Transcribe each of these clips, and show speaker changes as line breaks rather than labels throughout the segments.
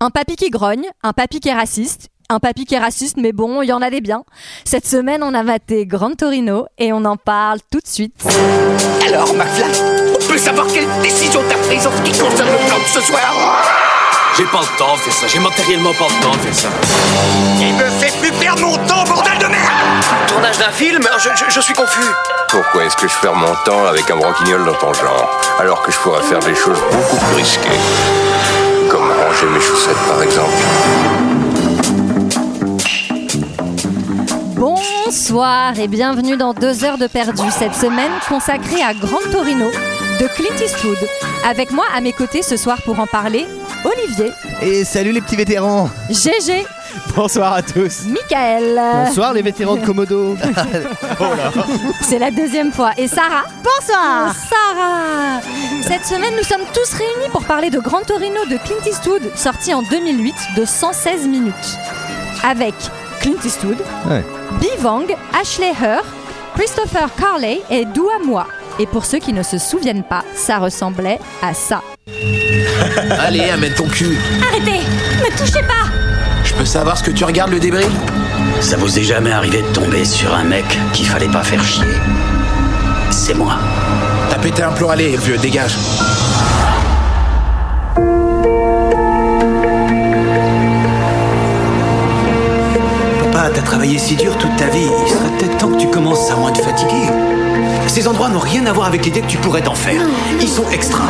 Un papy qui grogne, un papy qui est raciste, un papy qui est raciste, mais bon, il y en avait bien. Cette semaine, on a maté Grand Torino et on en parle tout de suite.
Alors, McFly, on peut savoir quelle décision t'as prise en ce qui concerne le plan de ce soir
J'ai pas le temps de faire ça, j'ai matériellement pas le temps de faire ça.
Il me fait plus perdre mon temps, bordel de merde
Tournage d'un film hein, je, je- je suis confus.
Pourquoi est-ce que je perds mon temps avec un broquignol dans ton genre, alors que je pourrais faire des choses beaucoup plus risquées Comme ranger mes chaussettes, par exemple.
Bonsoir et bienvenue dans Deux heures de perdu, cette semaine consacrée à Grand Torino de Clint Eastwood. Avec moi à mes côtés ce soir pour en parler, Olivier,
Et salut les petits vétérans
GG,
Bonsoir à tous
Michael.
Bonsoir les vétérans de Komodo
C'est la deuxième fois. Et Sarah Bonsoir Sarah Cette semaine, nous sommes tous réunis pour parler de Grand Torino de Clint Eastwood, sorti en 2008 de 116 minutes. Avec Clint Eastwood,
Ouais.
Bivang, Ashley Herr, Christopher Carley et Dua Moi. Et pour ceux qui ne se souviennent pas, ça ressemblait à ça.
Allez, amène ton cul.
Arrêtez Ne touchez pas
Je peux savoir ce que tu regardes le débris
Ça vous est jamais arrivé de tomber sur un mec qu'il fallait pas faire chier C'est moi.
T'as pété un plomb, allez, vieux, dégage.
Papa, t'as travaillé si dur toute ta vie, il serait peut-être temps que tu commences à moins te fatiguer. Ces endroits n'ont rien à voir avec l'idée que tu pourrais t'en faire. Ils sont extra.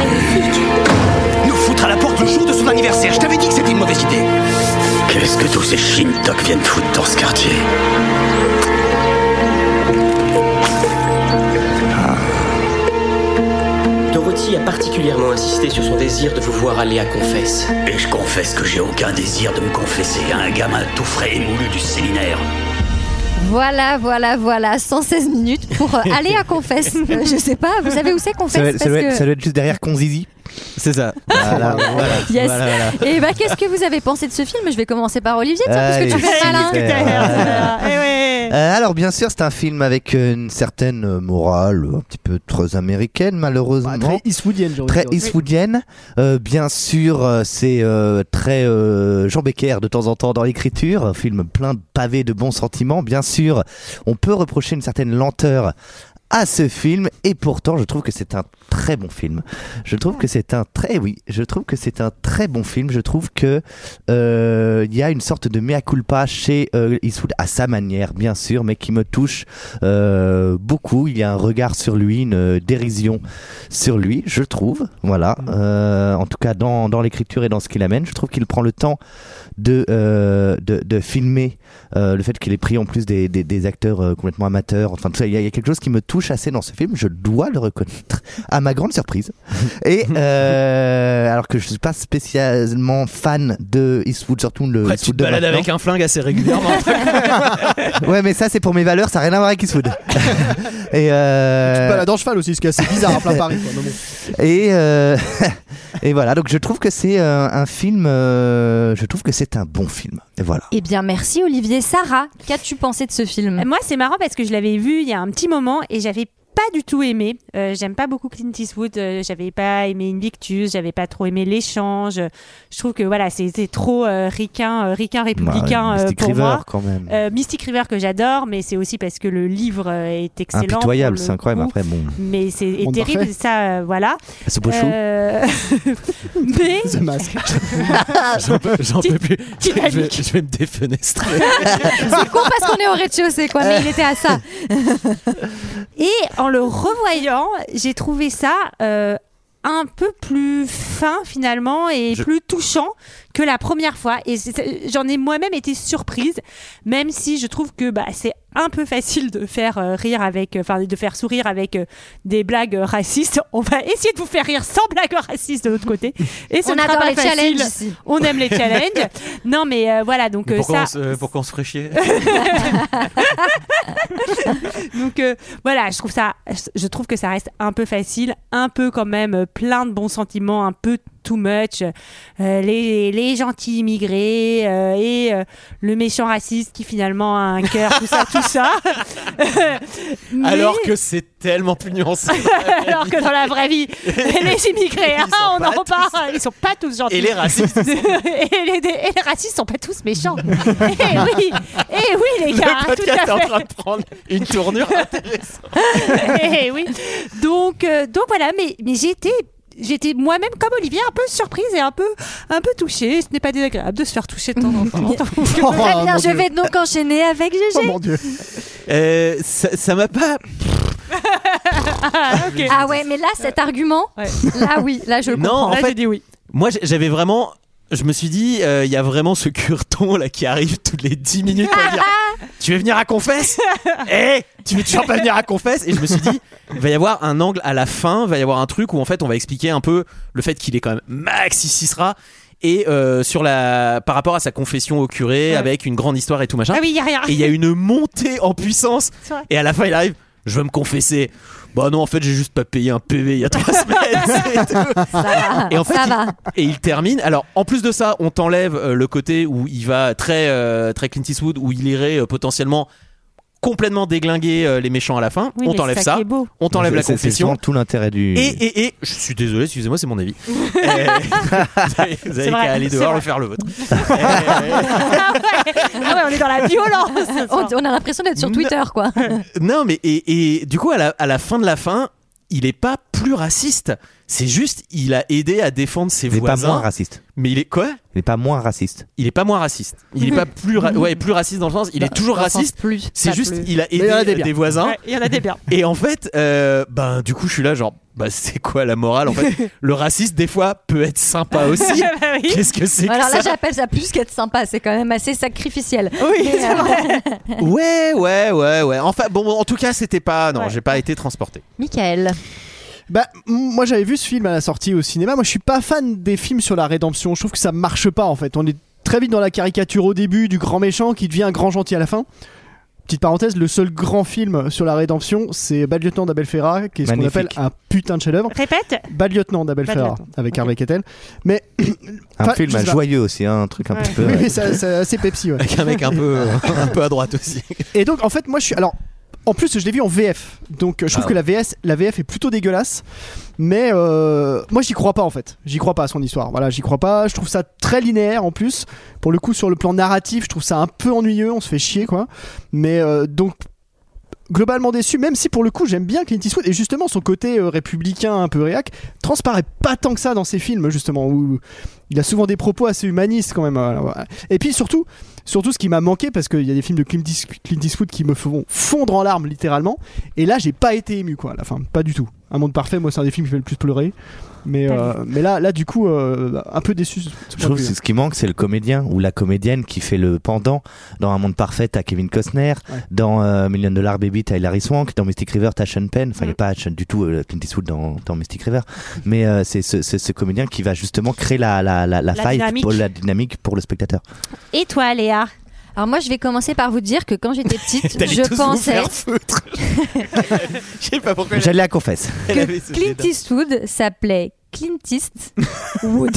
Nous foutre à la porte le jour de son anniversaire, je t'avais dit que c'était une mauvaise idée
Qu'est-ce que tous ces shintok viennent foutre dans ce quartier
Ah. Dorothy a particulièrement insisté sur son désir de vous voir aller à confesse.
Et je confesse que j'ai aucun désir de me confesser à un gamin tout frais et moulu du séminaire.
Voilà, voilà, voilà, 116 minutes pour euh, aller à Confesse. Euh, Je sais pas, vous savez où c'est
ça doit,
Confesse
être- ça
Parce
doit être-
que-
ça doit être juste derrière Konzizi.
C'est ça.
Voilà, voilà.
Yes.
Voilà, voilà.
Et bah, qu'est-ce que vous avez pensé de ce film Je vais commencer par Olivier, tiens,
Allez,
puisque tu fais le malin.
super. Euh, alors bien sûr, c'est un film avec une certaine euh, morale, un petit peu très américaine malheureusement.
Bah, très Eastwoodienne, j'ai envie
très
de dire.
Eastwoodienne. Euh, bien sûr, euh, c'est euh, très euh, Jean Becker de temps en temps dans l'écriture, un film plein de pavés de bons sentiments. Bien sûr, on peut reprocher une certaine lenteur à ce film et pourtant je trouve que c'est un très bon film. Je trouve que c'est un très oui, je trouve que c'est un très bon film. Je trouve que euh, il y a une sorte de mea culpa chez euh, Eastwood à sa manière bien sûr, mais qui me touche euh, beaucoup. Il y a un regard sur lui, une euh, dérision sur lui, je trouve. Voilà.
Mm.
Euh, en tout cas, dans, dans l'écriture et dans ce qu'il amène, je trouve qu'il prend le temps de, euh, de, de filmer euh, le fait qu'il ait pris en plus des, des, des acteurs euh, complètement amateurs. Enfin, tout ça. Il y, a- il y a quelque chose qui me touche assez dans ce film. Je dois le reconnaître, à ma grande surprise. Et euh, alors que je suis pas spécialement fan de Eastwood, surtout le
Après, tu
Eastwood
te
de
balades
maintenant.
avec un flingue assez régulièrement.
Ouais, mais ça c'est pour mes valeurs, ça n'a rien à voir avec Eastwood. et euh,
Pas la dent cheval aussi, c'est assez bizarre à plein Paris. quoi. Non, bon.
Et, euh, et voilà, donc je trouve que c'est euh, un film, euh, je trouve que c'est un bon film. Et voilà.
Eh bien, merci Olivier. Sarah, qu'as-tu pensé de ce film
Moi, c'est marrant parce que je l'avais vu il y a un petit moment et j'avais pas du tout aimé. Euh, J'aime pas beaucoup Clint Eastwood. euh, j'avais pas aimé Invictus. J'avais pas trop aimé l'échange. Je trouve que voilà, c'était trop euh, ricain, euh, ricain
Bah,
républicain euh,
Mystic
pour
River,
moi.
quand même.
Euh, Mystic River que j'adore, mais c'est aussi parce que le livre euh, est excellent. pour
Impitoyable,
le
c'est incroyable.
coup. Euh,
Après, bon,
Mais c'est est
Monde
terrible,
parfait.
ça, euh, voilà.
c'est beau chou.
Euh, mais
The Mask.
J'en peux, j'en peux plus. Je vais,
Titanic.
je vais me défenestrer.
C'est con parce qu'on est au rez-de-chaussée, quoi, mais il était à ça.
Et en le revoyant, j'ai trouvé ça euh, un peu plus fin finalement et plus touchant que la première fois. Et c'est- j'en ai moi-même été surprise, même si je trouve que bah, c'est un peu facile de faire euh, rire avec, enfin de faire sourire avec euh, des blagues racistes. On va essayer de vous faire rire sans blagues racistes de l'autre côté. Et ce
On
ne sera
adore
pas
les
facile.
challenges ici.
On aime les challenges. non, mais euh, voilà, donc euh,
Pourquoi,
ça.
on se, euh, pourquoi on se ferait chier
Donc euh, voilà, je trouve ça, je trouve que ça reste un peu facile, un peu quand même euh, plein de bons sentiments, un peu too much, euh, les, les gentils immigrés euh, et euh, le méchant raciste qui finalement a un cœur, tout ça, tout ça. Mais-
Alors que c'est tellement plus nuancé.
Alors que dans la vraie vie, les immigrés, hein, on en parle, ils sont pas tous gentils.
Et les racistes.
et, les, et les racistes sont pas tous méchants. eh oui, eh oui les
Le
gars, tout
podcast
à
est en
fait.
train de prendre une tournure intéressante.
Eh oui. Donc, euh, donc voilà, mais, mais j'étais. J'étais moi-même comme Olivier un peu surprise et un peu un peu touchée. Ce n'est pas désagréable de se faire toucher de temps en temps.
Oh,
Très bien, je vais donc enchaîner avec GG.
Euh, ça ça m'a pas.
ah, ok.
Ah ouais, mais là, cet argument, là oui, là je le
Non,
comprends.
en fait, Moi, j- j'avais vraiment. Je me suis dit, euh, il y a vraiment ce curton là qui arrive toutes les 10 minutes pour dire Tu veux venir à Confesse Eh Tu veux toujours pas venir à Confesse Et je me suis dit, il va y avoir un angle à la fin, il va y avoir un truc où en fait on va expliquer un peu le fait qu'il est quand même Max Sissra et euh, sur la par rapport à sa confession au curé
Ouais.
avec une grande histoire et tout machin.
Ah oui, il y a rien.
Et il y a une montée en puissance.
C'est vrai.
Et à la fin, il arrive Je veux me confesser. Bah non, en fait, j'ai juste pas payé un PV il y a trois semaines. c'est tout.
Ça va.
Et en fait,
ça
il-
va.
Et il termine. Alors, en plus de ça, on t'enlève euh, le côté où il va très, euh, très Clint Eastwood, où il irait euh, potentiellement complètement déglinguer euh, les méchants à la fin.
Oui,
on
mais
t'enlève
ça
ça.
qui est beau.
On t'enlève
C'est-
la
c'est- C'est
confession.
justement tout l'intérêt du.
Et, et, et, je suis désolé, excusez-moi, c'est mon avis. Euh, vous avez- vous avez qu'à
vrai,
aller
c'est
dehors le
vrai.
faire le vôtre.
Ah ouais, Ah ouais, on est dans la violence. ce soir.
On, on a l'impression d'être sur
Non.
Twitter, quoi.
Non, mais et, et du coup, à la, à la fin de la fin, il est pas plus raciste. C'est juste, il a aidé à défendre ses
Il n'est pas
voisins.
moins raciste.
mais il est quoi
Il n'est pas moins raciste.
Il est pas moins raciste. Il est pas plus, ra- ouais, plus raciste dans le sens. Il est toujours raciste.
Plus.
C'est
pas
juste,
plus.
il a
il
aidé
y en a des
euh, des,
biens.
voisins.
Ouais, Il y en a des biens.
Et en fait, euh, ben du coup, je suis là genre, bah c'est quoi la morale En fait, le raciste des fois peut être sympa aussi.
Bah oui.
Qu'est-ce que c'est que
Alors là,
ça
j'appelle ça plus qu'être sympa. C'est quand même assez sacrificiel.
Oui,
Mais,
c'est
euh,
vrai.
Ouais, ouais, ouais, ouais. Enfin, bon, en tout cas, c'était pas. Non,
Ouais.
j'ai pas été transporté.
Michael.
Bah, m- moi j'avais vu ce film à la sortie au cinéma. Moi je suis pas fan des films sur la rédemption. Je trouve que ça marche pas en fait. On est très vite dans la caricature au début du grand méchant qui devient un grand gentil à la fin. Petite parenthèse, le seul grand film sur la rédemption, c'est Bad Lieutenant d'Abel Ferrara, qui est ce qu'on
Magnifique.
appelle un putain de chef-d'œuvre.
Répète.
Bad Lieutenant d'Abel
Bad
Ferrara,
Lieutenant.
avec
Ok.
Harvey Keitel. Mais,
Un
Enfin,
film
je sais pas.
joyeux aussi, hein, un truc un
Ouais.
petit peu.
oui, mais ça- ça- c'est assez Pepsi, ouais.
Avec un mec un peu, un peu à droite aussi.
Et donc en fait moi je suis alors en plus je l'ai vu en VF donc euh, je trouve
Ah
que la VS la VF est plutôt dégueulasse mais euh, moi j'y crois pas en fait j'y crois pas à son histoire voilà j'y crois pas je trouve ça très linéaire en plus pour le coup sur le plan narratif je trouve ça un peu ennuyeux on se fait chier quoi mais euh, donc globalement déçu même si pour le coup j'aime bien Clint Eastwood et justement son côté euh, républicain un peu réac transparaît pas tant que ça dans ses films justement où il a souvent des propos assez humanistes quand même voilà, voilà. et puis surtout Surtout ce qui m'a manqué, parce qu'il y a des films de Clint, East- Clint Eastwood qui me font fondre en larmes littéralement, et là j'ai pas été ému quoi, à la fin, pas du tout. Un monde parfait, moi c'est un des films qui fait le plus pleurer, mais, euh, mais là, là du coup, euh, bah, un peu déçu. de ce point de
Je trouve
vue.
que ce qui manque, c'est le comédien ou la comédienne qui fait le pendant dans Un monde parfait à Kevin Costner,
Ouais.
dans euh, Million Dollar Baby, t'as Hilary Swank, dans Mystic River, t'as Sean Penn. Enfin, il n'est pas Sean du tout euh, Clint Eastwood dans, dans Mystic River, mais euh, c'est ce, ce- ce comédien qui va justement créer la, la, la, la,
La
faille,
dynamique.
Pour, la dynamique pour le spectateur.
Et toi, Léa
Alors moi, je vais commencer par vous dire que quand j'étais petite,
T'allais
je
tous vous
pensais
faire foutre. Je sais pas pourquoi. elle-
J'allais à confesse.
elle avait ce
Clint
dédain.
Eastwood s'appelait Clint East Wood.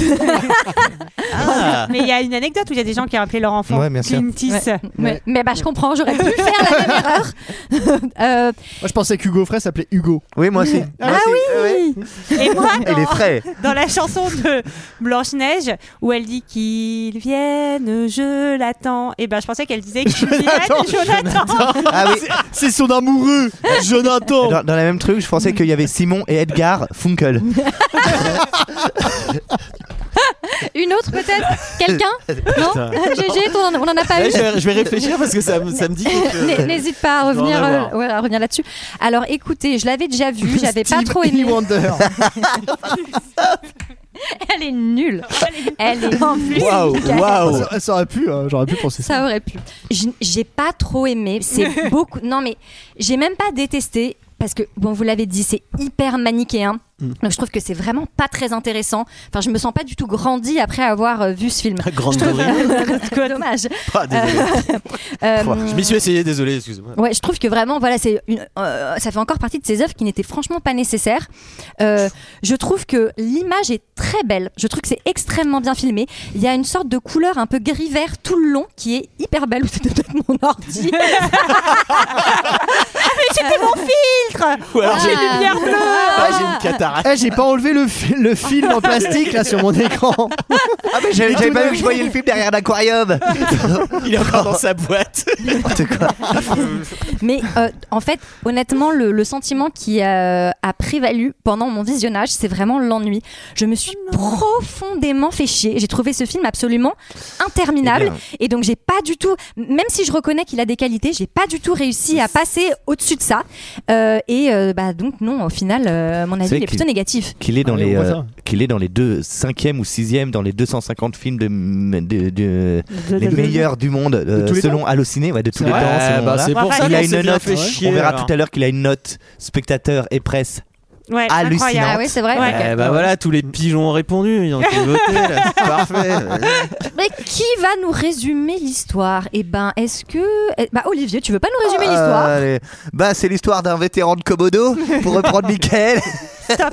Ah.
Mais il y a une anecdote où il y a des gens qui ont appelé leur enfant
Ouais, bien sûr.
Clint East.
mais, mais bah, je comprends, j'aurais pu faire la même erreur. Euh,
Moi je pensais qu'Hugo Frey s'appelait Hugo.
Oui, moi aussi.
ah oui
Et moi,
Il est
dans-
frais.
dans la chanson de Blanche-Neige où elle dit qu'il vienne, je l'attends. Et ben je pensais qu'elle disait qu'il vienne, je l'attends.
Ah oui.
C'est son amoureux, Jonathan
Dans, dans la même truc, je pensais qu'il y avait Simon et Edgar Funkel.
Une autre peut-être Quelqu'un Non GG, toi, on n'en a pas
Ouais,
eu
eh, je, vais, je vais réfléchir parce que ça, me- ça me dit.
N-
Que...
N'hésite pas à
dois en
revenir, euh,
avoir.
ouais, à revenir là-dessus. Alors écoutez, je l'avais déjà vu, j'avais pas
Steve
trop aimé.
E. Wonder.
Elle est nulle. Elle est nulle.
Waouh, waouh.
ça, ça aurait pu, euh, j'aurais pu penser ça.
Ça aurait pu. J- J'ai pas trop aimé. C'est beaucoup. Non, mais j'ai même pas détesté. parce que, bon, vous l'avez dit, c'est hyper manichéen.
Mm.
Donc, je trouve que c'est vraiment pas très intéressant. Enfin, je me sens pas du tout grandie après avoir euh, vu ce film.
Grande
Je trouve-
Dorine.
Dommage.
Ah, désolé.
Euh,
Je m'y suis essayé, désolé, excuse-moi.
Ouais, je trouve que vraiment, voilà, c'est une, euh, ça fait encore partie de ces œuvres qui n'étaient franchement pas nécessaires. Euh, je trouve que l'image est très belle. Je trouve que c'est extrêmement bien filmé. Il y a une sorte de couleur un peu gris vert tout le long qui est hyper belle. Ou c'était peut-être mon ordi. Ah,
C'était mon filtre
Ou alors
J'ai
j'ai-
une lumière bleue
Ah, j'ai une cataracte.
Eh, j'ai pas enlevé le, fi- le film en plastique là sur mon écran.
Ah, mais j'avais
Et
j'avais
tout
pas
d'un
vu que je voyais le film derrière l'aquarium.
Il est encore dans sa boîte.
N'importe quoi.
Mais euh, en fait, honnêtement, le, le sentiment qui euh, a prévalu pendant mon visionnage, c'est vraiment l'ennui. Je me suis profondément fait chier. J'ai trouvé ce film absolument interminable. Et donc, j'ai pas du tout, même si je reconnais qu'il a des qualités, j'ai pas du tout réussi à passer au-dessus de ça. Euh, et euh, bah, donc, non, au final, euh, mon avis
C'est
il est
que-
plutôt négatif.
Qu'il est dans
Allez,
les
on voit
euh,
ça.
qu'il est dans les deux cinquième ou sixième dans les 250 films de, de- de- les meilleurs du monde euh,
tous les
selon Allociné ouais bah, de tous les temps selon- voilà.
bah, c'est pour
Enfin,
ça
il
a
qu'on
une
s'est bien
note,
fait
ouais.
chier.
on verra
alors.
tout à l'heure qu'il a une note spectateur et presse
Ouais,
Hallucinant.
incroyable.
Ah ouais, c'est vrai.
Ouais.
ok.
Eh bah voilà, tous les pigeons ont répondu, ils ont été votés, là, c'est parfait.
Mais qui va nous résumer l'histoire Eh ben, est-ce que. eh- Bah, Olivier, tu veux pas nous résumer
Euh,
l'histoire
allez. bah c'est l'histoire d'un vétéran de Komodo pour reprendre Michael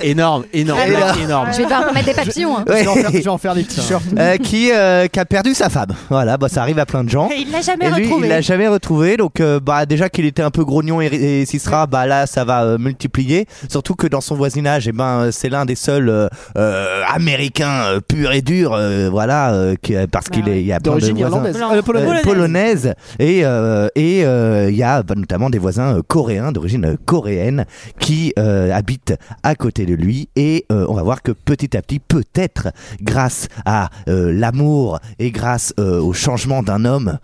Énorme, énorme,
Et là-
énorme.
Je vais devoir remettre des papillons. hein.
Je,
Ouais.
vais en faire, je vais en faire des t-shirts.
Euh, qui euh, qui a perdu sa femme voilà bah ça arrive à plein de gens
Et il l'a jamais
et lui,
retrouvé.
il l'a jamais retrouvé. Donc, euh, bah, déjà qu'il était un peu grognon et, et Sisra, bah là, ça va euh, multiplier. Surtout que dans son voisinage, eh ben, euh, c'est l'un des seuls euh, euh, américains euh, purs et durs, euh, voilà, euh, qui- euh, parce
Bah
qu'il est, il y a plein de
D'origine
voisins
irlandaise.
Blanc.
Euh, polonaise.
euh, polonaise. et euh, et euh, il y a bah, notamment des voisins euh, coréens d'origine euh, coréenne qui euh, habitent à côté de lui et euh, on va voir que petit à petit peut-être grâce à euh, l'amour et grâce euh, au changement d'un homme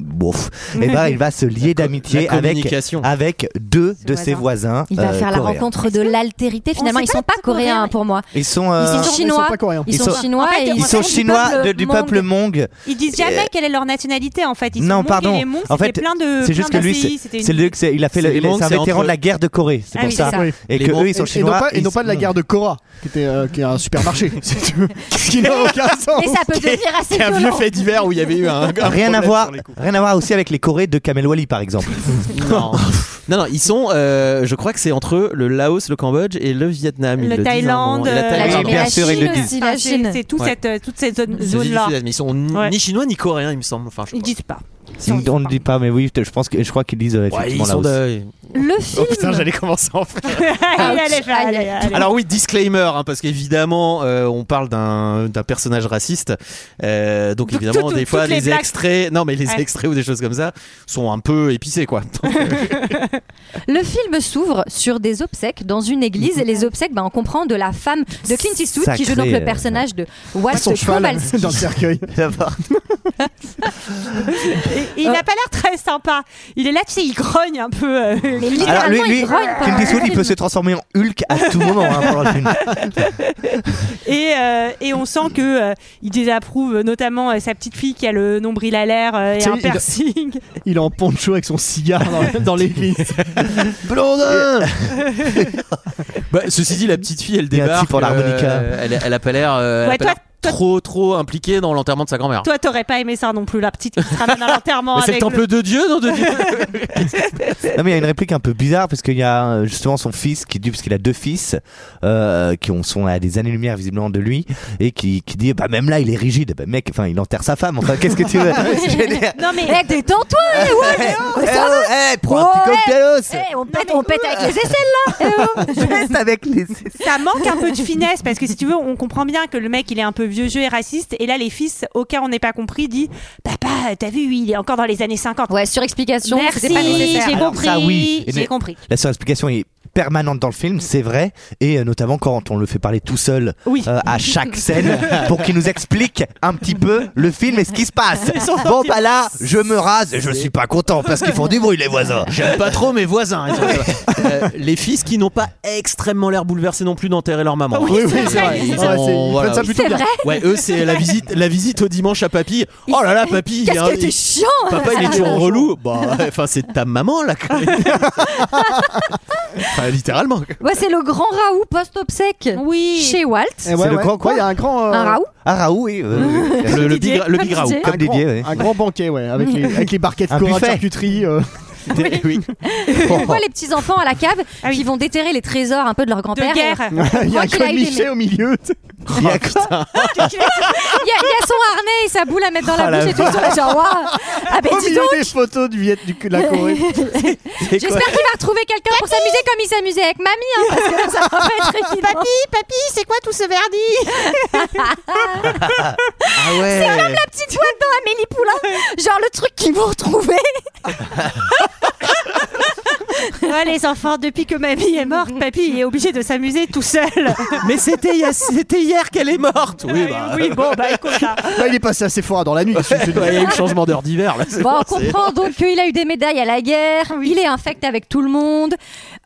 bouf et ben il va se lier d'amitié
La
avec
communication.
avec deux
Ses
de ses voisins
Il va
euh,
faire la
coréens.
rencontre de l'altérité. Finalement,
sait
ils sont
pas
pas
tout
coréens
coréen.
pour moi.
ils sont
Ils
euh,
sont
Non, ils
chinois.
sont pas coréens.
Ils
Ils
sont
sont-
chinois
En fait,
et
ils
ils
ils
sont
du
chinois de- du
Hmong.
peuple mong
Ils disent jamais quelle est leur nationalité en fait. Ils
Non,
sont monks
pardon.
Et les monks,
En
c'était
fait,
plein de.
c'est juste que
Euh, plein
lui
d'ACI,
c'est
c'était une-
c'est le c'est- il a fait
C'est
le-
les
il est-
Hmong,
c'est un
c'est
vétéran
entre-
de la guerre de Corée c'est
Ah
pour
oui,
ça
c'est ça.
Oui.
et
Les
que
Hmong-
eux ils
Et-
sont
et
chinois
non pas, et non
ils-
pas de la guerre de Cora, qui, était, euh, qui est un supermarché, si tu veux. Ce qui n'a aucun sens.
Et ça peut devenir assez
C'est un vieux
violent.
fait divers où il y avait eu un. un
rien
problème
à voir,
sur les coups.
rien à voir aussi avec les Corées de Kamel Wally par exemple.
Non. non, non, ils sont. euh, je crois que c'est entre le Laos, le Cambodge et le Vietnam. ils le
Le
disent à un
Thaïlande,
moment. Et la
euh,
La-
Thaïlande.
mais
bien
la
sûr, ils
Chine
le disent.
aussi,
Enfin,
la
c'est-
Ah, Chine.
C'est toute
Ouais.
cette, euh, toute cette zone-
C'est
zone-là.
difficile, mais ils sont ni,
Ouais.
ni chinois ni coréens, il me semble. Enfin, je sais
Ils
pas.
disent pas.
On on ne dit pas, mais oui, je pense que je crois qu'ils disent euh,
Ouais,
effectivement
ils sont
Laos.
de-
Le film.
Oh putain, j'allais commencer à en faire.
Allez, allez, allez,
Aïe,
allez.
Alors oui, disclaimer, hein, parce qu'évidemment, euh, on parle d'un d'un personnage raciste. Euh, donc
Donc,
évidemment,
tout-
des
toutes
fois,
les
les,
blagues-
extraits, non mais les
Ouais.
extraits ou des choses comme ça sont un peu épicés, quoi. Donc,
Le film s'ouvre sur des obsèques dans une église et les obsèques, ben, on comprend de la femme de Clint Eastwood qui joue donc
Sacré,
le
euh,
personnage de
Pas
Walt
son cheval
Kowalski.
dans le cercueil.
D'abord.
Et-
euh,
et il n'a pas l'air très sympa. Il est là, tu sais, il grogne un peu. euh,
Mais
Alors lui,
littéralement,
lui,
il grogne pendant
Clint
le
Eastwood, il
film.
peut se transformer en Hulk à tout moment hein, pendant le film.
et, euh, et on sent que euh, il désapprouve notamment euh, sa petite fille qui a le nombril à l'air euh, et
Tu sais,
un
il doit-
piercing.
Il est en poncho avec son cigare dans, dans l'église.
Blondin
bah, ceci dit, la petite fille, elle
Il y a un
débarque.
type pour l'harmonica.
euh, elle, elle a pas l'air euh, elle a
Ouais,
pas
toi-
l'air trop trop impliquée dans l'enterrement de sa grand-mère.
Toi, t'aurais pas aimé ça non plus, la petite qui se ramène à l'enterrement
Mais c'est le
avec
temple
le-
de Dieu, non de Dieu.
Non mais il y a une réplique un peu bizarre parce qu'il y a euh, justement son fils qui dit parce qu'il a deux fils euh, qui ont, sont à des années lumière visiblement de lui et qui, qui dit bah même là il est rigide bah mec enfin il enterre sa femme enfin qu'est-ce que tu veux Je veux dire,
Non mais
Mec, détends-toi, eh, ouais,
eh, oh, eh, prends un petit
Ouais.
cocktail
eh, on pète, on pète avec les aisselles là. eh, oh.
Reste avec les
ça manque un peu de finesse parce que si tu veux, on comprend bien que le mec il est un peu vieux jeu et raciste. Et là, les fils, au cas où on n'est pas compris, dit Papa, t'as vu, il est encore dans les années 50.
Ouais, surexplication.
Merci,
c'était pas nécessaire.
j'ai
Alors
compris.
ça, oui.
J'ai
Mais-
compris.
La surexplication est permanente dans le film, c'est vrai, et euh, notamment quand on le fait parler tout seul euh, à chaque scène pour qu'il nous explique un petit peu le film et ce qui se passe.
Ils sont
Bon,
sortis.
bah là, je me rase, je suis pas content parce qu'ils font du bruit, les voisins.
J'aime pas trop mes voisins. ils sont- Euh, les fils qui n'ont pas extrêmement l'air bouleversés non plus d'enterrer leur maman.
Ah oui, Oui, c'est oui, c'est vrai. vrai.
Ils
Ouais, c'est- ils
ont-
prennent ça plutôt C'est bien. vrai.
Ouais, eux, c'est la visite, la visite au dimanche à papy. Oh là là, papy. il
Qu'est-ce
y a-
que t'es
il-
chiant
Papa, il est toujours relou. Bah, enfin, c'est ta maman là. quand même. Enfin, littéralement.
Ouais, c'est le grand Raoult post-obsèque
oui.
chez Walt.
Eh ouais, C'est le ouais. grand quoi
Ouais, il y a un grand. euh,
Un Raoult
Ah, Raoult, oui. euh, oui.
Le- le big- le big
Comme
Raoult.
Didier. Comme
un
Didier,
grand-
oui.
Un grand banquet, ouais, avec les, avec les barquettes
Un
Cora de
buffet.
charcuterie. euh.
Oui.
On voit les petits enfants à la cave qui vont déterrer les trésors un peu de leur grand-père.
Ah De guerre.
Et- Moi
Il y a un
qui l'ai
Claude
aimé.
Michel au milieu.
Il y a quoi
Il y, a- il y a son harnais et sa boule à mettre dans la
Ah,
Oh
la
bouche et tout. Ils sont là, genre, Waouh, ah ben
Au
dis
milieu
donc
des photos du Viet du de la Corée.
C'est quoi
J'espère qu'il va retrouver quelqu'un pour s'amuser comme il s'amusait avec mamie, hein, parce que là, ça va pas être évident.
Papy, papy, c'est quoi tout ce verdi
Ah ouais.
La petite boîte dans Amélie Poulain, genre le truc qu'ils vont retrouver.
Ouais, les enfants, depuis que mamie est morte, papy est obligé de s'amuser tout seul.
Mais c'était hier, c'était hier qu'elle est morte. Oui, bah.
oui, bon, bah écoute, là.
Bah, il est passé à Sephora dans la nuit.
Ouais, Il y a eu le changement d'heure d'hiver là. c'est
Bon, on
bon, c'est-
comprend donc qu'il a eu des médailles à la guerre, il est infect avec tout le monde,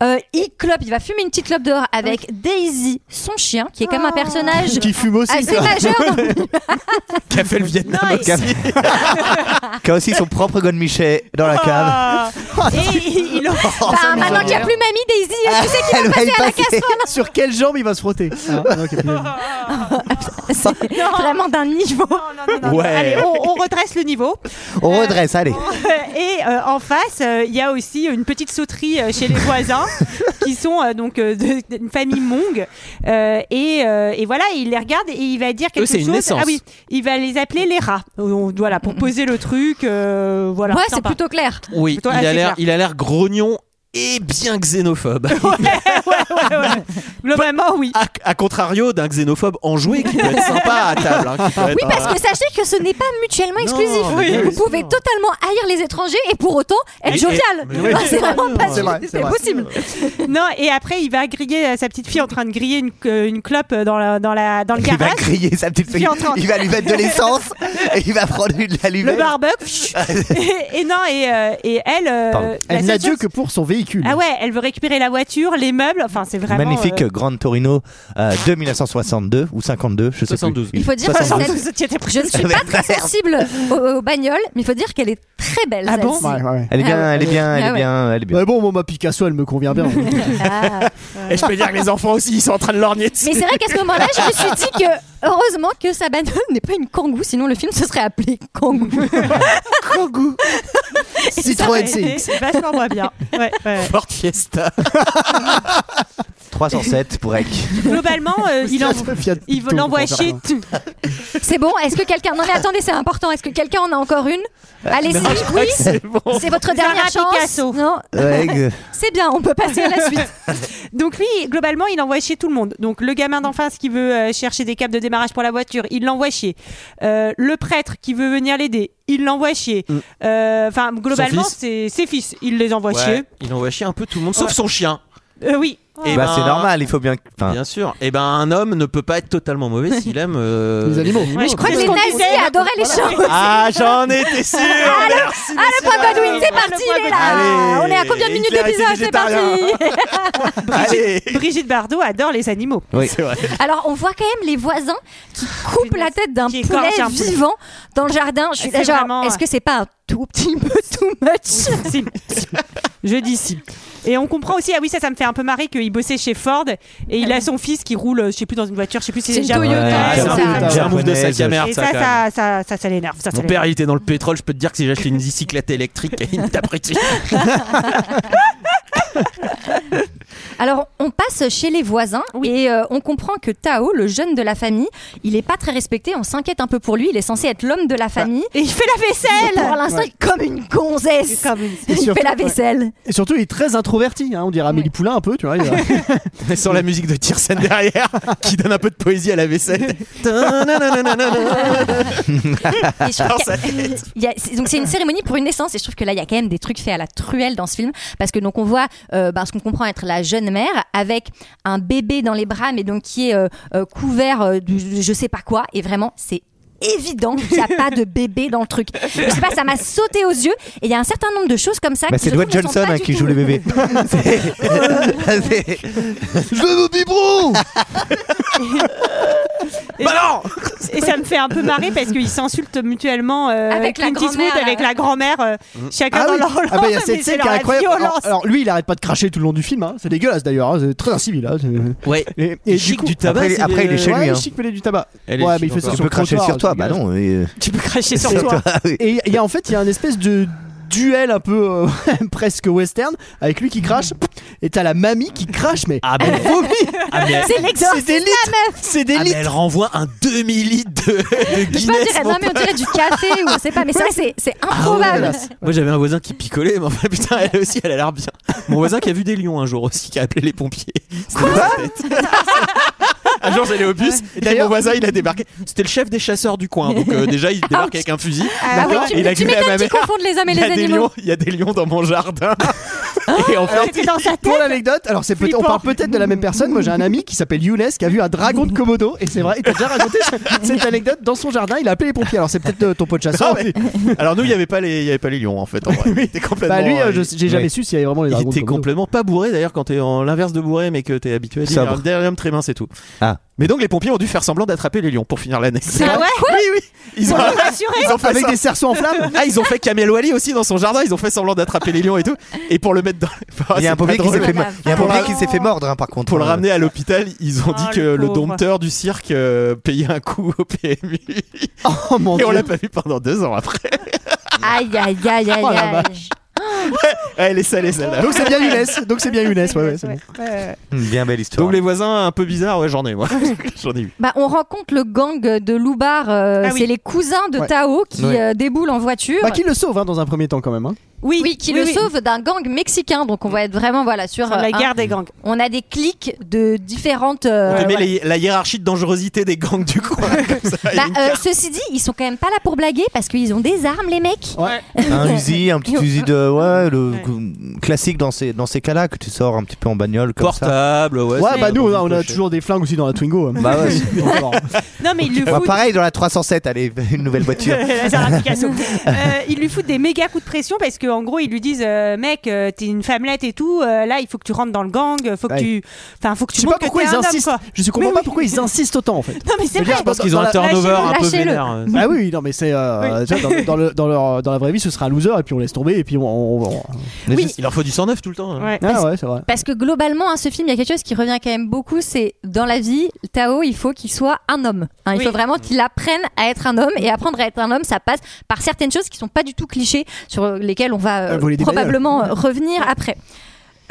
euh, il clope, il va fumer une petite clope dehors avec Daisy, son chien, qui est
Ah.
comme un personnage
Qui fume aussi.
assez
quoi.
majeur. dans-
Qu'a fait le Vietnam
Non,
aussi.
Qui a aussi son propre Gon Michel dans la cave.
Ah. Et il
Oh.
il-
Bah, maintenant qu'il n'y a plus mamie, Daisy, euh, tu sais qu'il
Elle
va
va
passer à
y
la
passer. Hein
casserole.
Sur quelle jambe il va se frotter Ah, ok, finalement.
C'est vraiment d'un niveau.
Non,
Ah, bah,
non, non.
Ouais.
Allez, on, on redresse le niveau.
On redresse, allez.
Et euh, en face, euh, il y a aussi une petite sauterie euh, chez les voisins, qui sont euh, donc euh, de- une famille Hmong. Euh, et, euh, et voilà, il les regarde et il va dire quelque
c'est une
chose.
naissance.
Ah oui, il va les appeler les rats. On- voilà, pour poser le truc. euh, voilà.
Ouais, c'est
sympa.
plutôt hein. clair.
Oui,
Toi,
il
assez
a l'air,
clair.
il a l'air grognon et bien xénophobe.
Ouais, ouais. Globalement, oui.
à, à contrario d'un xénophobe enjoué qui peut être sympa à table. hein, qui peut être,
Oui, parce que sachez que ce n'est pas mutuellement exclusif.
Non, mais bien
Vous
sûr.
pouvez totalement haïr les étrangers et pour autant être
Et-
jovial.
et- mais
Enfin,
oui.
c'est vraiment pas
C'est vrai, c'est
c'est
vrai.
possible.
Non, et après, il va griller euh, sa petite fille en train de griller une, euh, une clope dans, la, dans, la, dans le
Il va
garage.
griller sa petite
Puis
fille.
en train-
Il va lui mettre de l'essence et il va prendre une
Le
allumette.
barbecue. et, et non, et, euh, et elle. euh,
Pardon.
la
Elle
seule
n'a Dieu
chose-
que pour son véhicule.
Ah ouais, elle veut récupérer la voiture, les meubles. Enfin, c'est vraiment.
Magnifique
euh,
Grande Torino euh, de 1962 ou 52, je sais
72.
plus.
Il faut dire que
72.
cette- je ne suis pas très sensible aux, aux bagnoles, mais il faut dire qu'elle est très belle.
Ah bon
celle-ci.
Ouais, ouais.
Elle est bien,
Ah
elle est bien, elle
Ah
est
ouais.
bien, elle est bien.
Mais bon, moi, ma Picasso, elle me convient bien.
Ah.
Et je peux dire que les enfants aussi, ils sont en train de lorgner dessus.
Mais c'est vrai qu'à ce moment-là, je me suis dit que heureusement que sa bagnole n'est pas une kangou, sinon le film se serait appelé Kangou.
Citroën C.
c'est- C'est vachement moins bien. Ouais, ouais.
Ford Fiesta.
307 pour Eck.
Globalement, euh, il en- il l'envoie chez.
C'est bon Est-ce que quelqu'un. Non, mais attendez, c'est important. Est-ce que quelqu'un en a encore une
Euh,
Allez-y,
Non, je crois
oui.
que c'est bon.
C'est votre dernière
Sarah
chance.
Picasso.
Non,
Ouais,
c'est bien, on peut passer à la suite.
Donc lui, globalement, il envoie chez tout le monde. Donc le gamin d'en face qui veut euh, chercher des câbles de démarrage pour la voiture, il l'envoie chier. Euh, le prêtre qui veut venir l'aider, il l'envoie chier. Euh, Enfin, globalement,
fils.
c'est ses fils, il les envoie chier.
il envoie chier un peu tout le monde, sauf son chien.
Euh, oui.
Et
bah
ben,
c'est normal, il faut bien. enfin,
Bien sûr. Et ben un homme ne peut pas être totalement mauvais s'il aime euh,
Les animaux.
Ouais, je crois que
Les
c'est
nazis adoraient les chiens.
Ah, j'en étais sûr. Merci.
Ah, le point Godwin, c'est
Ah, le
parti,
point
il est là
Godwin.
On est à combien de
Allez,
minutes
Hitler était
d'épisode C'est parti
Allez.
Brigitte Bardot adore les animaux.
Oui.
C'est vrai.
Alors, on voit quand même les voisins qui coupent la tête d'un
Qui écorchent
poulet
un poulet.
vivant dans le jardin. Je suis là,
C'est
genre,
vraiment- euh,
est-ce que c'est pas un tout petit peu too much
Si. Je dis si. Et on comprend aussi, ah oui, ça, ça me fait un peu marrer qu'il bossait chez Ford et il a son fils qui roule, euh, je sais plus, dans une voiture, je sais plus si
C'est
c'est
une
déjà
Toyota,
Ah,
c'est
c'est un
ça.
move- c'est un move de
Japonaise,
sac à merde,
Et
ça,
ça,
quand même.
ça, ça, ça, ça l'énerve. Ça, ça
Mon
l'énerve.
père, il était dans le pétrole. Je peux te dire que si j'achetais une bicyclette électrique, il me taperait dessus.
Alors, on passe chez les voisins et euh, on comprend que Tao, le jeune de la famille, il est pas très respecté. On s'inquiète un peu pour lui. Il est censé être l'homme de la famille.
Bah, Et il fait la
Et
vaisselle
pour l'instant, il est comme une gonzesse.
Comme une-
Il
surtout-
fait la vaisselle.
Et surtout, il est très introverti. hein, on dirait Amélie Poulain un peu, tu vois. il a-
Sans la musique de Tiersen derrière, qui donne un peu de poésie à la vaisselle.
Et je trouve qu'il y a- il y a- c'est- donc c'est une cérémonie pour une naissance et je trouve que là il y a quand même des trucs faits à la truelle dans ce film parce que donc on voit euh, ben, ce qu'on comprend être la jeune jeune mère avec un bébé dans les bras, mais donc qui est euh, euh, couvert euh, du je sais pas quoi. Et vraiment, c'est évident qu'il n'y a pas de bébé dans le truc. Je sais pas, ça m'a sauté aux yeux. Et il y a un certain nombre de choses comme ça.
Bah,
qui,
c'est
je
Dwayne
trouve, ne sont
Johnson
pas
hein,
du
qui
tout-
joue le bébé. Je veux mon biberon
Et,
Bah
et ça me fait un peu marrer parce qu'ils s'insultent mutuellement euh,
Avec la
Clint Eastwood
grand-mère,
avec la grand-mère, euh,
Mmh.
chacun
Ah
dans
oui.
leur
Ah bah, il y a
langue, mais
cette
c'est
scène
dans
qui est
la
incroyable. Alors,
violence.
alors, lui, il arrête pas de cracher tout le long du film. hein. C'est dégueulasse d'ailleurs. hein. C'est très incivil. hein. C'est-
Ouais.
Et, et du,
Chic
coup,
du tabac,
Après, il est-
c'est
après, il est
le-
chez lui,
Ouais,
hein.
chic, mais il est du tabac.
Elle est
ouais,
chic
mais il fait ça
encore.
sur
Tu
le
peux cracher
trottoir,
sur toi
c'est
Bah
dégueulasse.
non. et, euh,
Tu peux cracher sur
C'est-
toi.
Bah
oui.
Et il y a en fait, il y a un espèce de duel un peu euh, presque western avec lui qui crache et t'as la mamie qui crache mais
Ah, mais
elle vomit
Ah, mais-
C'est l'exorcisme,
c'est des litres c'est des
ah, mais
litres
elle renvoie un demi litre de, de
Je sais pas, on
Guinness.
dirait,
mon
non, mais on dirait du café ou je sais pas, mais ça c'est c'est improbable.
Moi j'avais un voisin qui picolait, mais enfin putain, elle aussi elle a l'air bien. Mon voisin qui a vu des lions un jour aussi, qui a appelé les pompiers. C'était dans sa tête. Un jour j'allais au bus, et puis mon voisin il a débarqué. C'était le chef des chasseurs du coin, donc euh, déjà il débarque avec un fusil.
Ah oui,
D'accord.
tu,
Et il a
tu
gueulé à
m'étonnes
ma
qu'ils
mère.
confondent les hommes et
Il y
les
a des
animaux. Ah,
lions, il y a des lions dans mon jardin. Et en fait,
T'es dans sa tête.
pour l'anecdote alors c'est peut- on
Flippant.
parle peut-être de la même personne moi j'ai un ami qui s'appelle Younes qui a vu un dragon de Komodo et c'est vrai il t'a déjà raconté cette anecdote dans son jardin il a appelé les pompiers alors c'est peut-être euh, ton pote chasseur
Non, Ah, mais- alors nous il n'y avait pas les, il y avait pas les lions en fait. En vrai. Il était complètement.
bah lui euh, je-
euh,
j'ai jamais
ouais.
su s'il y avait vraiment les
Il
dragons
était
de Komodo.
complètement pas bourré d'ailleurs quand t'es en l'inverse de bourré mais que t'es habitué à dire
Sobre.
un dernier homme très mince et tout.
Ah.
Mais donc les pompiers ont dû faire semblant d'attraper les lions pour finir l'année.
Ah ouais
Oui oui. Ils ont, ils ont fait
avec
ça.
des cerceaux en flammes
Ah ils ont fait Kamel Wally aussi dans son jardin. Ils ont fait semblant d'attraper les lions et tout. Et pour le mettre dans. Bah,
Il y
c'est
a un
pas
pompier qui
drôle.
s'est fait mo- il y a un
Pour
pompier
la-
qui s'est fait mordre hein, par contre.
Pour le
hein.
ramener à l'hôpital, ils ont
Oh,
dit que
le
le
pauvre.
dompteur du cirque euh, payait un coup au PMU.
oh mon
Et on
dieu
l'a pas vu pendant deux ans après.
Aïe aïe aïe aïe
Oh la
aïe.
Elle est salée celle-là.
donc c'est bien Younes donc c'est bien Younes ouais ouais c'est bon.
Euh,
Mmh, Bien belle histoire.
Donc les voisins un peu bizarres, ouais j'en ai moi. j'en ai eu.
Bah, on rencontre le gang de Loubar, euh,
Ah oui.
c'est les cousins de
Ouais.
Tao qui
Ouais.
euh, déboulent en voiture.
bah qui le sauve hein, dans un premier temps quand même hein.
Oui,
Oui, qui le
oui.
sauve d'un gang mexicain. Donc on va être vraiment voilà sur
Sur
euh,
la
un-
guerre des gangs.
On a des clics de différentes. euh,
Ah
On te met
voilà.
les- la hiérarchie de dangerosité des gangs du coin. comme ça, il y
Bah,
a une
euh,
carte.
ceci dit, ils sont quand même pas là pour blaguer parce qu'ils ont des armes, les mecs.
un Uzi, un petit
Yo.
Uzi de ouais, le
Ouais.
cou- classique dans ces dans ces cas-là que tu sors un petit peu en bagnole comme ça.
Portable, ouais.
Ouais,
c'est
bah
un
nous,
bon
on a, on a
crochet.
toujours des flingues aussi dans la Twingo. hein.
Bah ouais.
Encore.
Non, mais il lui
Bah,
fout.
pareil dans la 307, allez une nouvelle voiture.
La Sarah Picasso. Euh, ils lui foutent des méga coups de pression parce qu'en gros ils lui disent euh, mec euh, t'es une femmelette et tout euh, là il faut que tu rentres dans le gang euh, faut que
Ouais.
tu enfin faut que
Je
tu
sais pas
montres que
pourquoi
t'es
ils
un homme
insistent.
quoi.
Je comprends
Mais
pas
oui.
pourquoi ils insistent autant en fait.
non mais c'est
C'est-à-dire,
vrai
je pense
Parce qu'ils ont un
dans la-
turnover hein. un peu
lâchez-le.
vénère.
Bah oui, non mais c'est euh, tu vois, dans, dans le- dans leur- Euh, dans la vraie vie, ce sera un loser et puis on laisse tomber et puis on. on- on-
Oui.
Il leur faut du 109 tout le temps. hein.
Ouais.
Ah ouais, c'est vrai.
Parce que globalement, hein, ce film, il y a quelque chose qui revient quand même beaucoup, c'est dans la vie, Tao, il faut qu'il soit un homme. hein. il
Oui.
faut vraiment qu'il apprenne à être un homme et apprendre à être un homme, ça passe par certaines choses qui sont pas du tout clichés, sur lesquelles on va euh,
Euh, voler des
probablement euh, revenir après.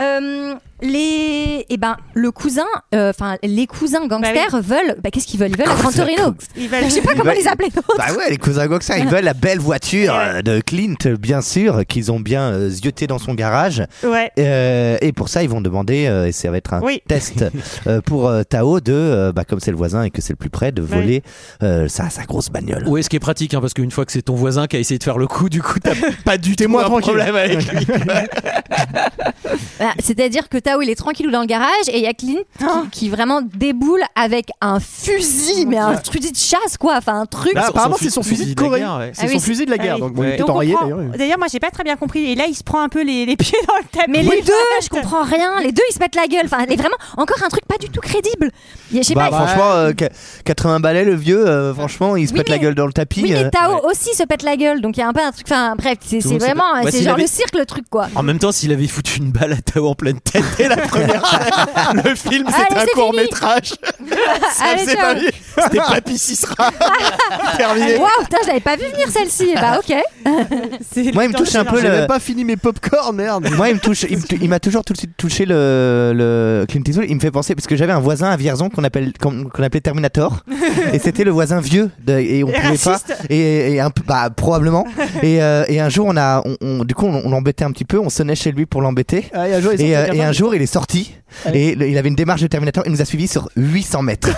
Euh, les, eh ben, le cousin, euh, enfin les cousins gangsters veulent, bah, qu'est-ce qu'ils veulent Ils veulent la Gran Torino.
Ils
Je
veulent-
sais pas comment
veulent-
les appeler.
Bah ouais, les cousins Goxin, ils veulent la belle voiture euh, de Clint, bien sûr, qu'ils ont bien euh, zioté dans son garage.
ouais
Euh, et pour ça, ils vont demander, euh, et ça va être un
Oui.
test euh, pour euh, Tao de, euh, bah, comme c'est le voisin et que c'est le plus près, de voler euh, sa, sa grosse bagnole.
Ouais, ce qui est pratique, hein, parce qu'une fois que c'est ton voisin qui a essayé de faire le coup, du coup, t'as pas du tout
moins
un
tranquille.
problème avec lui.
Voilà, Bah, C'est-à-dire que Tao il est tranquille dans le garage et il y a Clint qui, qui vraiment déboule avec un fusil, mais un fusil de chasse quoi, enfin un truc. Ah
Bah, son-
apparemment,
son
c'est son
fusil
fusil de
de la
Corée.
guerre, ouais.
C'est
Ah
son
oui.
fusil de la guerre.
Ah oui.
Donc bon, il
Ouais.
est peut-être
Donc, on
enrayé
prend-
d'ailleurs.
D'ailleurs, moi j'ai pas très bien compris. Et là, il se prend un peu les, les pieds dans le tapis.
Mais les deux, je comprends rien. Les deux, ils se mettent la gueule. Enfin, les- vraiment, encore un truc pas du tout crédible. Il y a- Je sais
Bah,
pas.
franchement, euh, qu- 80 balais, le vieux, euh, franchement, il se
Oui,
pète la
mais-
gueule dans le tapis.
Oui,
euh.
mais Tao aussi se pète la gueule, donc il y a un peu un truc. Enfin, bref, c'est
Tout
c'est
le monde se
vraiment, euh,
pète- Bah,
c'est
s'il
genre
avait-
le cirque, le truc quoi.
En même temps, s'il avait foutu une balle à Tao en pleine tête dès la première scène, le
Ah,
film, c'était
Allez,
un
c'est
court
fini.
métrage. Ça
Ah,
Allez,
faisait
Ah, ciao.
pas vie. C'était Papy Cissera.
Ah,
Euh.
Terminé.
Waouh, putain, je l'avais pas vu venir celle-ci. Bah, ok.
C'est
Moi, il me
le
touche
danger
un peu
dans-
J'ai
le-
même pas fini mes popcorn, merde.
Moi, il me touche, il, me tou- il m'a toujours tout de suite touché le, le Clint Eastwood. Il me fait penser parce que j'avais un voisin à Vierzon qu'on appelle qu'on, qu'on appelait Terminator, et c'était le voisin vieux de- et on
Et
pouvait pas
raciste.
et, et un peu- bah, probablement. Et, euh, et un jour, on a, on- on- du coup, on, on l'embêtait un petit peu, on sonnait chez lui pour l'embêter.
Ah, et un jour, ils
Et,
sortent
euh,
avec
et
femme
un
de
jour, il est sorti et le- il avait une démarche de Terminator. Il nous a suivis sur 800 mètres.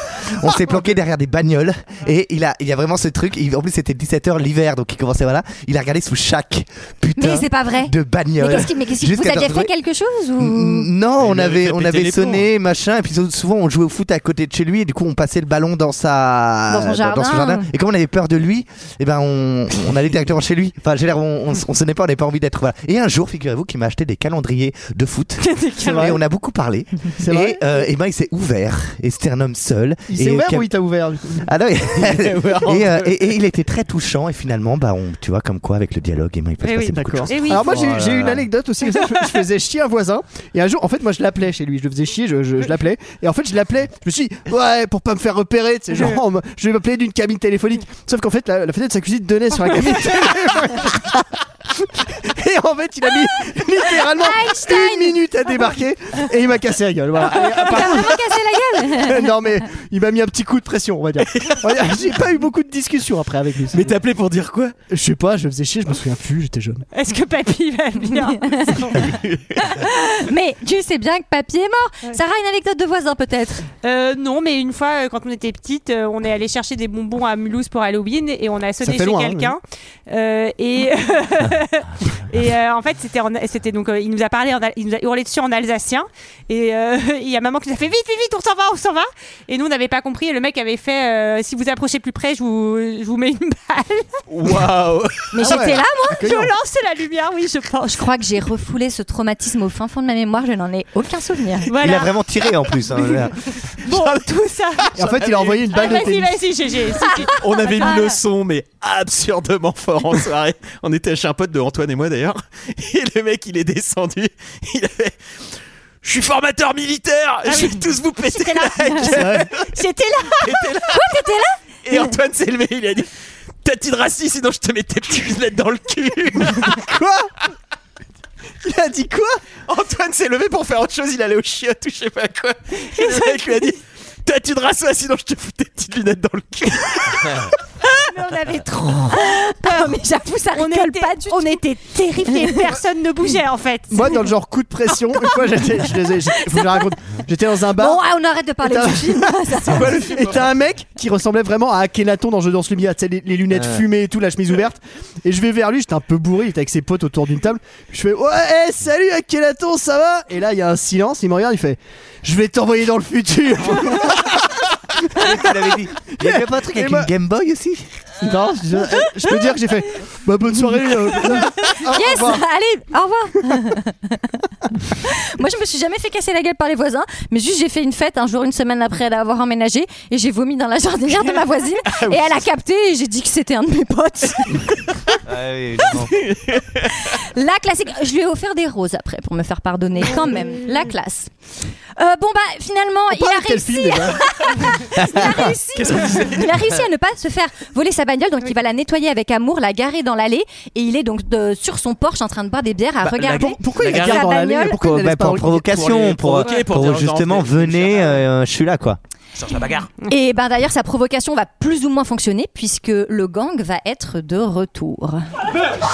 On s'est planqué derrière des bagnoles et il a, il y a vraiment ce truc. il- en plus, c'était 17h l'hiver, donc il commençait voilà. Il a regardé sous chaque putain
Mais c'est pas vrai.
de bagnole.
Mais qu'est-ce qui- mais qu'est-ce qui- vous
Jusqu'à
aviez
trouver-
fait quelque chose ou
Mm,
non, on avait, on
péter les
avait
plombs.
sonné, machin, et puis sou- souvent on jouait au foot à côté de chez lui, et du coup on passait le ballon dans sa,
Dans son jardin.
Et comme on avait peur de lui, et ben on, on allait directement chez lui. Enfin, j'ai l'air, on, on, s- on sonnait pas, on n'avait pas envie d'être. voilà. Et un jour, figurez-vous qu'il m'a acheté des calendriers de foot.
vrai.
Et on a beaucoup parlé.
C'est vrai.
Et, euh, et ben il s'est ouvert, et c'était un homme seul.
Il
Et
s'est ouvert
quel-
ou il t'a ouvert du coup
ah non, et,
est ouvert en
euh, et- et il était très touchant et finalement bah on, tu vois comme quoi avec le dialogue eh ben, il peut se
Eh oui,
passer beaucoup de
D'accord.
choses.
Eh oui.
Alors moi
Oh
j'ai
là
j'ai
là.
une anecdote aussi. Je, je faisais chier un voisin et un jour en fait moi je l'appelais chez lui, je le faisais chier, je, je- je l'appelais et en fait je l'appelais. Je me suis dit, ouais pour pas me faire repérer, tu sais, genre on me- je vais m'appeler d'une cabine téléphonique. Sauf qu'en fait la, la fenêtre de sa cuisine donnait sur la cabine téléphonique. Et en fait, il a mis littéralement une minute à débarquer et il m'a cassé la gueule. Voilà. Et à part-
Casser la gueule
non mais il m'a mis un petit coup de pression, on va dire. On va dire, J'ai pas eu beaucoup de discussions après avec lui.
Mais t'appelais pour dire quoi
Je sais pas, je le faisais chier, je me souviens plus, j'étais jeune.
Est-ce que papy va bien
Mais tu sais bien que papy est mort. Sarah, une anecdote de voisin peut-être.
Euh, non, mais une fois, euh, quand on était petite, euh, on est allé chercher des bonbons à Mulhouse pour Halloween et on a sonné
fait
chez
loin, hein,
quelqu'un. Euh, et et euh, en fait, c'était en- c'était donc euh, il nous a parlé, en al- il nous a hurlé dessus en alsacien et euh, il y a maman qui nous a fait vite, vite, vite, on s'en va, on s'en va. Et nous, on n'avait pas compris. Et le mec avait fait euh, si vous approchez plus près, je vous je vous mets une balle.
Waouh
Mais
Ah
j'étais là, moi.
Je lance la lumière, oui, je pense.
Je crois que j'ai refoulé ce traumatisme au fin fond de ma mémoire. Je n'en ai aucun souvenir.
Il a
Voilà.
vraiment tiré en plus. hein.
Bon, tout ça.
Et en fait, il a envoyé une
Ah,
balle de
vas-y,
tennis.
vas-y, GG. si, si.
On avait mis le son, mais absurdement fort en soirée. On était chez un pote de Antoine et moi d'ailleurs. Et le mec, il est descendu. Il avait. Je suis formateur militaire. je vais tous vous péter
Ah J'étais là.
la gueule.
J'étais là.
T'étais là. Et Antoine s'est levé. Il a dit. T'as-tu de raciste, sinon je te mets tes petites gelettes dans le cul.
Il a dit quoi
Antoine s'est levé pour faire autre chose. Il allait au chiottes ou je sais pas quoi. Et le mec lui a dit. T'as-tu de rasoir, sinon je te fous tes petites lunettes dans le cul.
Mais on avait trop.
Ah, mais j'avoue, ça
on
rigole
était,
pas du tout.
on était terrifiés, personne ne bougeait en fait.
Moi, dans le genre coup de pression, une fois j'étais, je les ai- j'ai- faut que je les raconte. J'étais dans un bar.
Bon, ah, on arrête de parler
Putain.
du film.
et t'as- et t'as un mec qui ressemblait vraiment à Akhenaton dans Je danse le milliard, tu sais, les, les lunettes fumées et tout, la chemise ouverte. Et je vais vers lui, j'étais un peu bourré, il était avec ses potes autour d'une table. Je fais Ouais, hey, salut Akhenaton, ça va Et là, il y a un silence, il me regarde, il fait Je vais t'envoyer dans le futur
Il avait dit. Il y avait pas un truc avec
Et moi-
une Game Boy aussi
Non, je, eh, je peux dire que j'ai fait Bah, bonne soirée euh, au
Yes,
revoir.
allez, au revoir. Moi, je me suis jamais fait casser la gueule par les voisins, mais juste j'ai fait une fête un jour, une semaine après l'avoir emménagé, et j'ai vomi dans la jardinière de ma voisine,
Ah
et elle a capté, et j'ai dit que c'était un de mes potes.
Ah
La classique. Je lui ai offert des roses après pour me faire pardonner quand même. La classe. Euh, bon bah finalement, il
Parle
a
de quel film,
réussi.
déjà
Il a réussi. Il a réussi à ne pas se faire voler sa bagnole, donc il va la nettoyer avec amour, la garer dans l'allée, et il est donc de- sur son porche en train de boire des bières à regarder.
Pour- Pourquoi il Bah,
La
la
gare-
garde dans l'allée
bagnole.
Pourquoi il la laisse
bah,
pas
pour
en-
provocation, pour,
provoquer, pour
pour
dire aux gens,
justement
venez,
venez, euh, je suis là quoi.
Cherche la bagarre.
Et ben d'ailleurs, sa provocation va plus ou moins fonctionner puisque le gang va être de retour.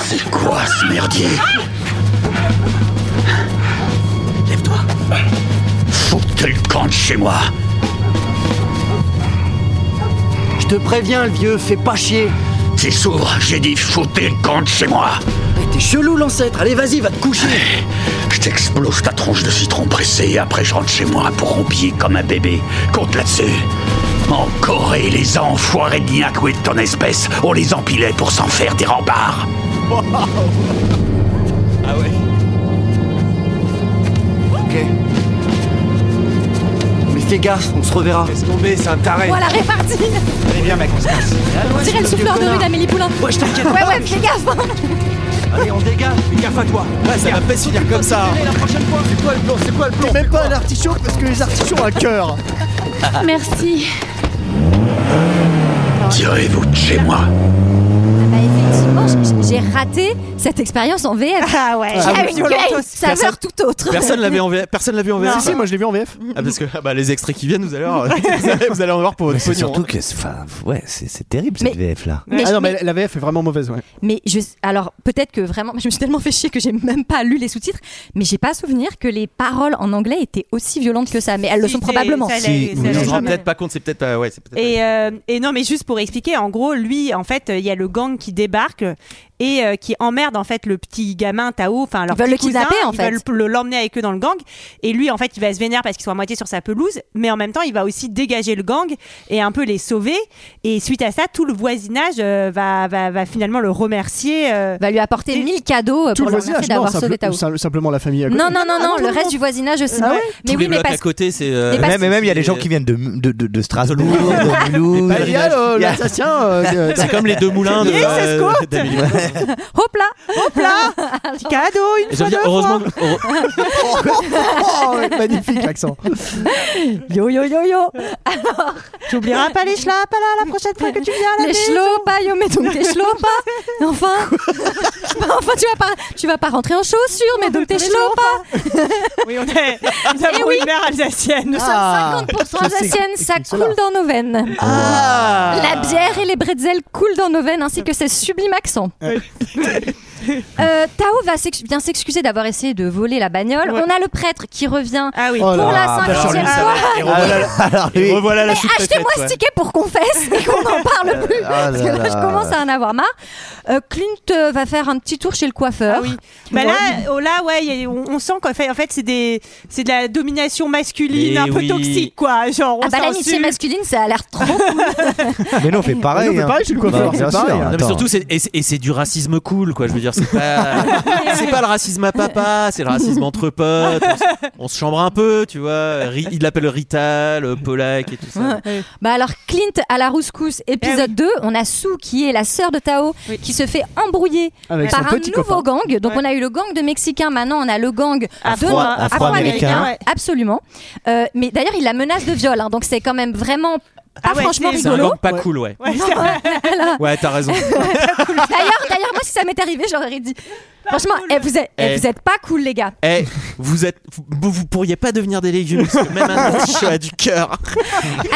C'est quoi ce merdier Lève-toi. Faut que tu le comptes chez moi.
Je te préviens, le vieux, fais pas chier.
C'est sourd, j'ai dit foutez le compte chez moi.
Eh, T'es chelou, l'ancêtre. Allez, vas-y, va te coucher.
Je t'explose ta tronche de citron pressé et après je rentre chez moi pour rompiller comme un bébé. Compte là-dessus. En Corée, les enfoirés de Niakwe de ton espèce, on les empilait pour s'en faire des remparts.
Ah ouais.
Mais fais gaffe, on se reverra.
Laisse tomber, c'est un taré.
Voilà, réparti
Allez, viens, mec, on se casse.
On dirait le souffleur de rue d'Amélie Poulain.
Ouais, je t'inquiète.
Ouais, ouais, fais gaffe
Allez, on se dégage. Fais gaffe à toi.
Ouais, ça va pas se finir comme ça. hein.
Allez, la prochaine fois. C'est quoi le plan C'est quoi le plan
Même pas un artichaut parce que les artichauts ont un cœur.
Merci.
Tirez-vous de chez moi.
Bah effectivement, j- j'ai raté cette expérience en VF. Ah ouais,
Ah oui.
avec une
Violento.
saveur tout autre.
Personne l'avait en VF. Personne l'a vu en VF.
Si, si, moi,
je l'ai vu en VF.
Ah parce que ah bah, les extraits qui viennent, vous allez, avoir- vous allez en avoir pour votre
C'est
pognon.
surtout
hein.
que, c'est- enfin, ouais, c'est c'est terrible cette VF là.
mais
ah
je-
non, mais
mais-
la VF est vraiment mauvaise, ouais.
Mais je, alors peut-être que vraiment, je me suis tellement fait chier que j'ai même pas lu les sous-titres, mais j'ai pas souvenir que les paroles en anglais étaient aussi violentes que ça. Mais elles le
Si,
sont
c'est-
probablement.
ça
Si,
l'est,
on
ça l'est
ne rend
jamais.
peut-être pas compte, c'est peut-être pas. Ouais, c'est peut-être.
Et, euh, et non, mais juste pour expliquer, en gros, lui, en fait, il y a le gang qui débarque et euh, qui emmerde en fait le petit gamin Tao, enfin leur
Ils veulent
petit
le
cousin,
kidnapper, en
ils
fait.
veulent le- l'emmener avec eux dans le gang. Et lui, en fait, il va se vénérer parce qu'ils sont à moitié sur sa pelouse, mais en même temps, il va aussi dégager le gang et un peu les sauver. Et suite à ça, tout le voisinage euh, va, va, va finalement le remercier. euh,
Va lui apporter mille cadeaux euh,
Tout
pour
le
le remercier
voisinage, non,
d'avoir
simple-
sauvé Tao.
ou sim- simplement la famille. à côté.
Non, non, non,
Ah,
non,
tout
le
le
reste
monde.
du voisinage aussi.
Ah ouais
mais
Tous
oui,
les
mais
blocs à
parce que.
côté, c'est. euh,
Mais parce-
Même, mais même il y a des gens
c'est-
qui viennent de, de, de, de Strasbourg, de Mulhouse.
Bah, il y a le-
Il y a-
l'assassin. euh, euh,
C'est comme les deux moulins de.
Yes, c'est
euh,
Scott
d'Amélie.
Hop là
Hop là Petit cadeau, une
Et
fois,
j'aime bien,
deux
heureusement.
fois.
que- heure-
Oh, magnifique l'accent.
Yo yo yo yo
T'oublieras pas les schlaps là la prochaine fois que tu viens à
Les
la maison.
chlopas, yo mais donc tes chlopas Enfin Bah, Enfin, tu vas, pas, tu vas pas rentrer en chaussures, mais donc hein. tes chlopas
Oui, on est. Nous avons une mère alsacienne.
Nous sommes
Ah.
50%
Je sais.
alsaciennes, ça
Excellent.
coule dans nos veines.
Ah.
La bière et les bretzels coulent dans nos veines, ainsi que ses sublimes accents. Euh, Tao va s'ex- bien s'excuser d'avoir essayé de voler la bagnole. On a le prêtre qui revient
Ah oui.
Oh
pour
là,
la
bah,
cinquantième
Charlie, ça
fois.
Ah, Et revoilà-
Alors lui,
et revoilà la
Mais Eh, achetez-moi ce
ouais.
ticket pour qu'on fesse et qu'on n'en parle plus.
Ah
parce que
là
là, je
là.
commence à en avoir marre. Euh, Clint euh, va faire un petit tour chez le coiffeur.
Ah oui. Bah là, oh là, ouais, y a- on, on sent qu'en fait, en fait c'est des, c'est de la domination masculine,
Eh
Mais
un peu
oui.
toxique, quoi. Genre, on
Ah bah l'amitié
s'insulte.
masculine, ça a l'air trop.
Mais non, on fait pareil.
Mais non, on fait
hein.
pareil chez le coiffeur,
Bah, bien
c'est
sûr,
pareil.
attends.
Non, mais surtout, c'est, et, c'est- et c'est du racisme cool, quoi. Je veux dire, c'est pas, c'est pas le racisme à papa, c'est le racisme entre potes. On, se- on se chambre un peu, tu vois. Ri- il l'appelle Rital, euh, Polak et tout ça.
bah alors Clint à la rouscousse, épisode 2, on a Sue qui est la sœur de Tao
Eh Oui.
qui se fait embrouiller
Avec
par
son
un
petit
nouveau
copain.
gang. Donc
Ouais.
on a eu le gang de Mexicains, maintenant on a le gang
Afro-
de
afro-américain. Ouais.
absolument. Euh, mais d'ailleurs il la menace de viol, hein, donc c'est quand même vraiment pas
Ah ouais,
franchement
c'est-
C'est un
rigolo. Ah.
gang pas cool, ouais.
Ouais, c'est vrai.
Ouais, t'as raison.
D'ailleurs, d'ailleurs, moi, si ça m'est arrivé, j'aurais dit. Franchement, eh, vous, êtes, eh,
Eh.
vous êtes pas cool, les gars.
Eh, vous êtes, vous, vous pourriez pas devenir des légumes, parce que même un antichaut a du cœur.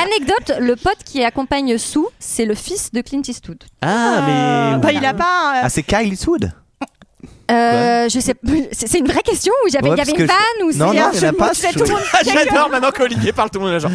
Anecdote le pote qui accompagne Sue, c'est le fils de Clint Eastwood.
Ah, mais.
Bah, il a pas. euh,
Eh Ah, c'est Kyle Eastwood
Euh, Je sais, plus, c'est c'est une vraie question où j'avais,
Ouais,
il y
parce
avait
que
une
je-
vanne ou
Non,
c'est-
non, il y en a
je-
pas.
je fais tout le monde-
J'adore maintenant qu'Olivier parle, tout le monde est là, genre.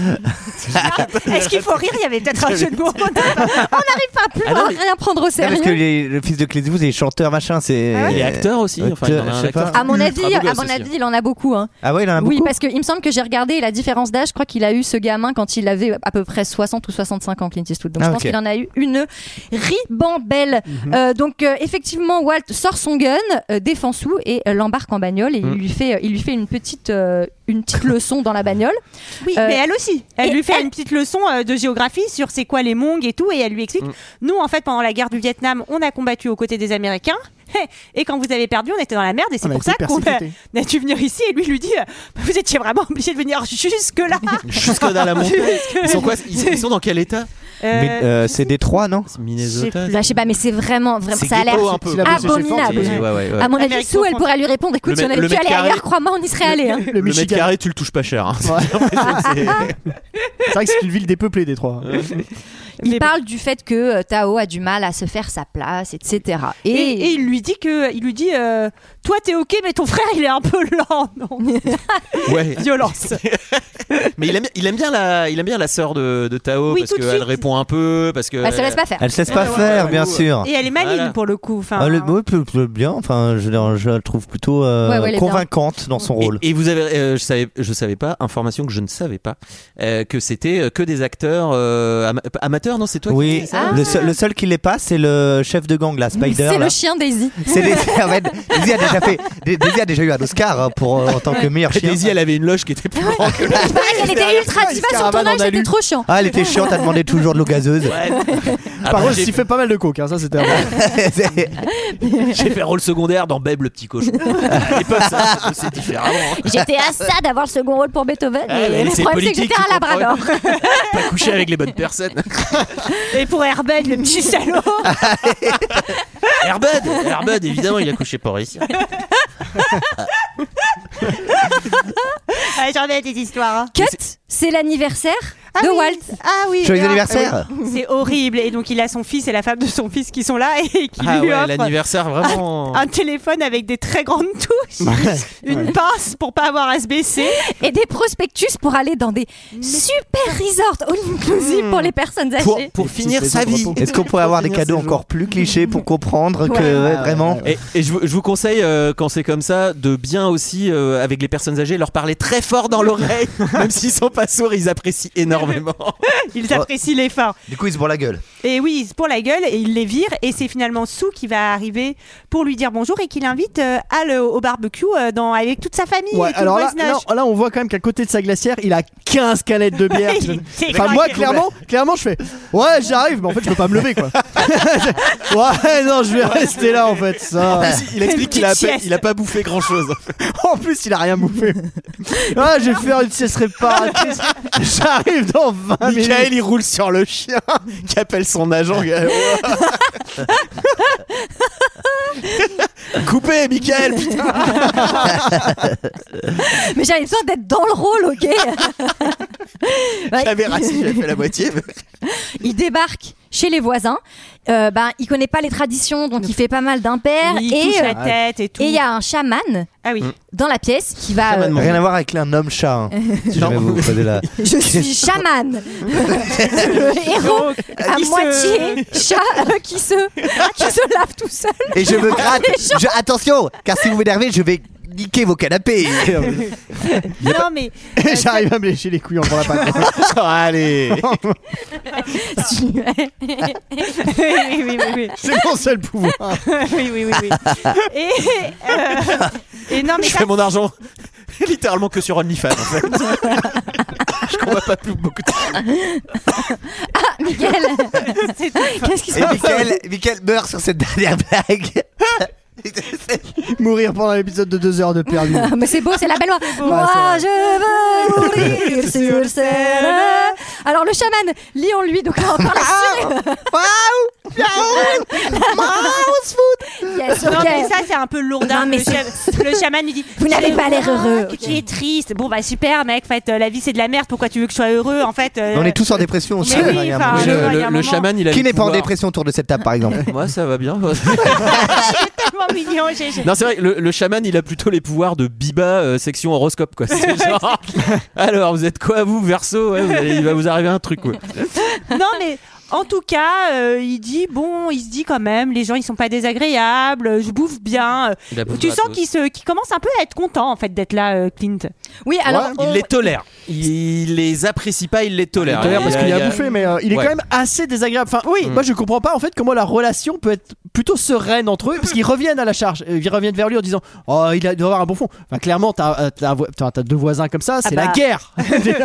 Est-ce qu'il faut rire Il y avait peut-être un jeu de mots.
Pas plus
Ah non,
à
mais-
rien prendre au
Non, parce
sérieux.
que les- le fils de Clint Eastwood, il est chanteur, machin. C'est.
Ah Il est acteur aussi, enfin, il en a
Acteur,
un
je sais pas.
acteur.
À mon avis,
ultra beau
à
gosse
mon
aussi,
avis, il en a beaucoup. hein.
Ah ouais, il en a
Oui,
beaucoup.
parce qu'il me semble que j'ai regardé la différence d'âge. Je crois qu'il a eu ce gamin quand il avait à peu près 60 ou 65 ans, Clint Eastwood. Donc
Ah,
je pense
ok.
qu'il en a eu une ribambelle. Euh, donc euh, effectivement, Walt sort son gun, euh, défend Sue et euh, l'embarque en bagnole et il lui fait, il lui fait une petite, euh, une petite leçon dans la bagnole.
Oui,
Euh,
mais elle aussi.
et
Elle lui fait
elle-
une petite leçon euh, de géographie sur c'est quoi les Hmong et tout, et elle lui explique.
Mm.
Nous, en fait, pendant la guerre du Vietnam, on a combattu aux côtés des Américains. Et quand vous avez perdu, on était dans la merde, et c'est
On a
pour
été
ça qu'on a,
persécutés.
on a dû venir ici. Et lui, lui dit, euh, vous étiez vraiment obligé de venir jusque là.
Jusque dans la montagne. Ils sont quoi Ils ils sont dans quel état
Mais euh, c'est Détroit, non
Minnesota.
Bah, je sais pas, mais c'est vraiment, vraiment,
C'est
ça a l'air. Ah,
ghetto un peu.
Ah, C'est la bosse chez Ford,
abominable.
c'est-
Ouais, ouais, ouais.
À mon avis,
Amérique
Sue, elle
profonde.
pourrait lui répondre. Écoute,
Le
si on
mec-
avait
le
pu
mec
aller
carré-
ailleurs, crois-moi, on y serait allé. hein.
Le,
Le mètre
Michigan.
carré, tu le touches pas cher. hein. C'est-
Ah,
C'est vrai que c'est une ville dépeuplée, Détroit.
Il parle du fait que euh, Tao a du mal à se faire sa place, etc. Et,
Et, et il lui dit que, il lui dit, euh, toi t'es ok, mais ton frère il est un peu lent, non
ah.
Ouais.
Violence.
Mais il aime, il aime bien la, il aime bien la sœur de, de Tao
Oui,
parce
tout de
qu'elle
suite.
répond un peu, parce que.
Bah, elle se laisse pas faire.
Elle se laisse pas faire, bien sûr.
Et elle est maligne
Voilà.
pour le coup. Enfin,
Ah, le, ouais, plutôt- plutôt bien, enfin, je, la- je la trouve plutôt euh,
Ouais, ouais, elle est bien.
convaincante dans son
Et-
rôle.
Et, vous avez, euh, je savais, je savais pas, information que je ne savais pas, euh, que c'était euh, que des acteurs euh, ama- amateurs, non C'est toi qui
Oui,
disais ça
le, seul, le seul qui l'est pas, c'est le chef de gang, là, Spider.
C'est
là.
le chien Ah, Daisy.
C'est Daisy. En fait, Daisy a déjà fait. Daisy a déjà eu un Oscar hein, pour euh, en tant que meilleur chien. Ah,
Daisy, elle avait une loge qui était plus grande que l'autre.
Pareil, elle était Ah, ultra diva sur
Caravane
tournage,
en alu.
c'était trop chiant.
Ah, elle était chiante, elle demandait toujours de l'eau gazeuse.
Ah
Par
bah,
contre,
j'ai-
il fait pas mal de coke, hein, ça c'était avant.
J'ai fait rôle secondaire dans Beb le petit cochon. À l'époque, ça, c'est différent.
J'étais à ça d'avoir le second rôle pour Beethoven.
Ah,
et
mais
le
c'est
problème, c'est que
politique,
j'étais un
tu comprends.
labrador.
Pas couché avec les bonnes personnes.
Et pour Herbed, le petit salaud.
Herbud Herbud, évidemment, il a couché pour ici.
Ah, J'en ai des histoires. hein.
Cut, c'est l'anniversaire de
oui.
Walt.
Ah oui.
Joyeux
alors,
anniversaire.
euh, C'est horrible. Et donc, il a son fils et la femme de son fils qui sont là et qui
Ah
lui Ah,
ouais,
offrent
l'anniversaire, vraiment.
un, un téléphone avec des très grandes touches, une pince pour pas avoir à se baisser.
Et des prospectus pour aller dans des super resorts all inclusive
Hmm.
pour les personnes âgées.
Pour, pour finir sa vie.
Est-ce qu'on pourrait avoir des
finir
cadeaux
ses jours.
encore plus clichés pour comprendre que
Ouais.
ouais, vraiment
Et, et je, vous- je vous conseille, euh, quand c'est comme ça, de bien aussi, euh, avec les personnes âgées, leur parler très fort dans l'oreille. Même s'ils sont pas sourds, ils apprécient énormément.
Oh.
Ils apprécient l'effort.
Du coup, ils se bourrent la gueule.
Et oui, c'est pour la gueule et il les vire. Et c'est finalement Sue qui va arriver pour lui dire bonjour et qui l'invite euh, à le- au barbecue euh, dans, avec toute sa famille.
Ouais,
et tout
alors
le
là,
voisinage.
là- là, on voit quand même qu'à côté de sa glacière, il a 15 canettes de bière.
Il est
enfin, moi,
craqué.
clairement, clairement, je fais Ouais, j'arrive, mais en fait, je peux pas me lever quoi. ouais, non, je vais rester là en fait. Ça.
Il explique qu'il a,
Petite sieste.
il a pas bouffé grand chose.
En plus, il a rien bouffé. Ah, je vais faire une sieste réparatrice. J'arrive dans
Ah,
20 minutes. Ah,
Michael, il roule sur le chien qui appelle son agent. Coupé, Michael, putain.
Mais j'avais besoin d'être dans le rôle, ok Ouais,
J'avais rassis, j'ai fait la moitié.
Il débarque chez les voisins. Euh, ben, il connaît pas les traditions, donc il fait pas mal d'impairs.
Oui, il
et
touche
euh,
la tête et tout.
et il y a un chaman
Ah
Mm.
oui.
dans la pièce qui va.
Chaman
euh,
Rien à voir avec un homme chat. hein. si jamais vous prenez la-
je suis chaman, le héros
Donc,
à
il se-
moitié chat euh, qui se qui se lave tout seul.
Et je me gratte. Je- Attention, car si vous m'énervez, je vais niquer vos canapés.
Non, mais
J'arrive à me lécher les couilles en la patte.
Oh, Allez.
oui, oui, oui, oui, oui.
C'est mon seul pouvoir.
oui, oui, oui, oui. Et, euh, et non, mais
Je
ça,
fais mon argent littéralement que sur OnlyFans en fait. Je comprends pas plus beaucoup de
Ah, Miguel,
c'est tout.
qu'est-ce qui se
Et
passe
Michael, Michael meurt sur cette dernière blague.
Mourir pendant l'épisode de 2 heures de perdu.
Ah, Mais c'est beau, c'est la belle loi. Moi,
Ouais,
je veux mourir sur scène. Alors le chaman lit en lui, donc là encore la sueur. Yes,
Non,
ok.
mais ça, c'est un peu lourdin.
Non, mais
le, cha- le chaman lui dit
Vous n'avez
Je
pas l'air
vois
heureux,
que
ok.
Tu es triste. Bon, bah super, mec. En fait, euh, la vie, c'est de la merde. Pourquoi tu veux que je sois heureux En fait, euh,
On est tous en dépression aussi.
mais
il y a
oui,
un
enfin,
moment.
Ah, je-
Le,
il y a un
le- le
moment.
chaman, il a
Qui
les
n'est pas en
pouvoirs.
dépression autour de cette table, par exemple
Moi, ça va bien.
tellement mignon. j'ai- j'ai-
non, c'est vrai, le, le chaman, il a plutôt les pouvoirs de Biba euh, section horoscope quoi. C'est genre, Alors, vous êtes quoi vous, Verseau Ouais, vous allez- Il va vous arriver un truc. ouais.
non, mais. En tout cas, euh, il dit bon, il se dit quand même, les gens ils sont pas désagréables, euh, je bouffe bien. euh. Tu sens qu'il se, qu'il commence un peu à être content en fait d'être là, euh, Clint.
Oui, alors
Il
on-
les tolère. Il les apprécie pas, il les tolère.
Ah,
Tout à l'heure, parce qu'il y a bouffé, mais euh, il est
Ouais.
quand même assez désagréable. Enfin, oui,
Mm.
moi je comprends pas en fait comment la relation peut être plutôt sereine entre eux, parce qu'ils reviennent à la charge, Euh, ils reviennent vers lui en disant Oh, il a- il doit avoir un bon fond. Enfin, clairement, t'as euh, t'as un vo- t'as- t'as deux voisins comme ça, c'est
bah.
la guerre.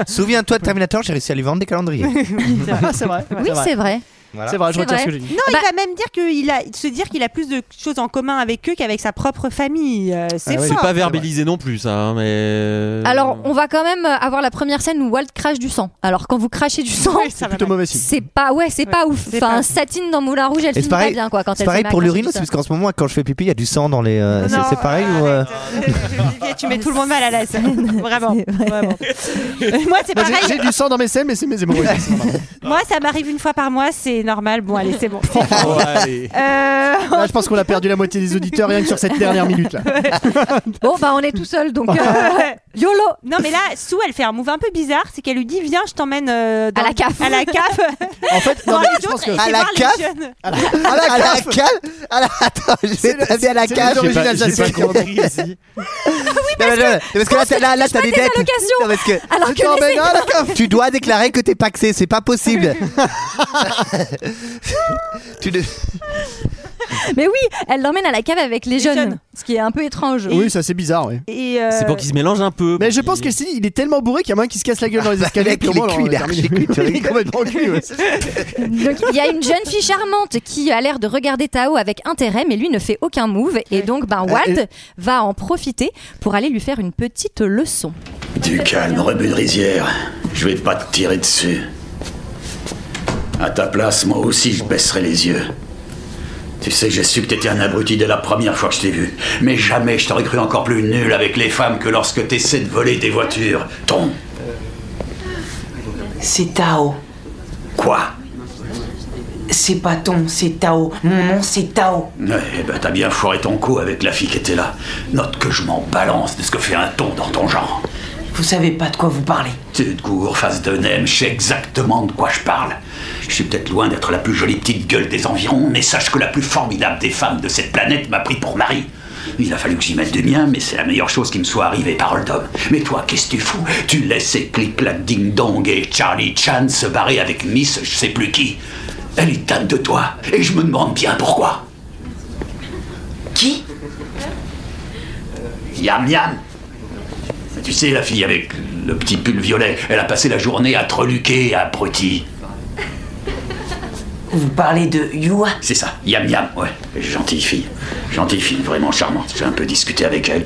Souviens-toi de Terminator, j'ai réussi à lui vendre des calendriers.
Ah, c'est vrai.
oui, c'est vrai.
Voilà.
C'est vrai, je
C'est
retire
vrai.
ce que j'ai dit.
Non,
Bah-
il va même dire qu'il a, se dire qu'il a plus de choses en commun avec eux qu'avec sa propre famille. Euh, c'est
C'est
fort.
pas verbalisé non plus, ça. hein, mais
Alors, on va quand même euh, avoir la première scène où Walt crache du sang. Alors, quand vous crachez du sang,
Ouais, ça va
Plutôt
mal.
mauvais signe.
c'est pas, ouais, c'est pas ouf.
c'est
Enfin,
pas-
Satine dans Moulin Rouge, elle
c'est
filme
pareil-
pas bien, quoi, quand elle
C'est pareil
se met à
pour
cracher
l'urine
du
aussi,
sang.
parce qu'en ce moment, quand je fais pipi, il y a du sang dans les. euh, c'est-
Non,
c'est pareil
arrête,
ou. euh,
euh, Olivier, tu mets tout le monde mal à l'aise. Vraiment. vraiment. Euh, Moi, c'est
Moi, j'ai-
pareil.
J'ai du sang dans mes selles, mais c'est mes hémorroïdes. C'est normal.
Moi, ça m'arrive une fois par mois, c'est normal. Bon, allez, c'est bon.
Ouais, allez.
Euh,
Là, je pense qu'on a perdu la moitié des auditeurs rien que sur cette dernière minute là.
Bon, bah, on est tout seul, donc euh, YOLO
non, mais là, Sue, elle fait un move un peu bizarre. C'est qu'elle lui dit Viens, je t'emmène euh, dans-
À la CAF.
À la CAF.
En fait, non,
Voir
mais
les
je pense
autres
que.
et
À
c'est
la
voir les
CAF
jeunes.
À la à la cale à la- Attends, je vais
le-
taper à la
c'est
cale.
le-
J'ai pas-
l'original,
j'ai
ça,
pas
c'est-
compris aussi.
Non, mais non, mais Parce que là, t'as- là, là, t'as des dettes.
allocations.
Non, parce que-
Alors
Je
que
t'emmène
les-
à la CAF. Tu dois déclarer que t'es paxé, c'est pas possible. tu ne-
Mais oui, elle l'emmène à la cave avec les, jeunes, ce qui est un peu étrange.
Oui, ça c'est bizarre, oui.
Et euh,
euh,
C'est pour qu'ils se mélangent un peu.
Mais je pense qu'il il est tellement bourré qu'il y a moyen qu'il se casse la gueule dans les
Ah,
escaliers.
mec, il est
comment,
cuit,
alors,
il
terminé.
est archi cuit,
Il
tu
est
rigoles.
complètement cuit, ouais.
Donc, il y a une jeune fille charmante qui a l'air de regarder Tao avec intérêt, mais lui ne fait aucun move. Et donc, ben, Walt
Euh, euh.
va en profiter pour aller lui faire une petite leçon.
Du calme, rebut de rizière. Je vais pas te tirer dessus. À ta place, moi aussi, je baisserai les yeux. Tu sais, j'ai su que t'étais un abruti dès la première fois que je t'ai vu. Mais jamais je t'aurais cru encore plus nul avec les femmes que lorsque t'essaies de voler des voitures. Ton.
C'est Tao.
Quoi
C'est pas ton, c'est Tao. Mon nom, c'est Tao.
Eh ben, t'as bien foiré ton coup avec la fille qui était là. Note que je m'en balance de ce que fait un ton dans ton genre.
Vous savez pas de quoi vous parlez.
Tu te gourres, face de nem, je sais exactement de quoi je parle. Je suis peut-être loin d'être la plus jolie petite gueule des environs, mais sache que la plus formidable des femmes de cette planète m'a pris pour mari. Il a fallu que j'y mette du mien, mais c'est la meilleure chose qui me soit arrivée, parole d'homme. Mais toi, qu'est-ce que tu fous Tu laisses ces clic-clac ding-dong et Charlie Chan se barrer avec Miss je sais plus qui. Elle est tâte de toi, et je me demande bien pourquoi.
Qui
Yam Yam Tu sais, la fille avec le petit pull violet, elle a passé la journée à treluquer, abruti.
Vous parlez de Yua
C'est ça, Yam Yam, ouais. Gentille fille. Gentille fille, vraiment charmante. J'ai un peu discuté avec elle.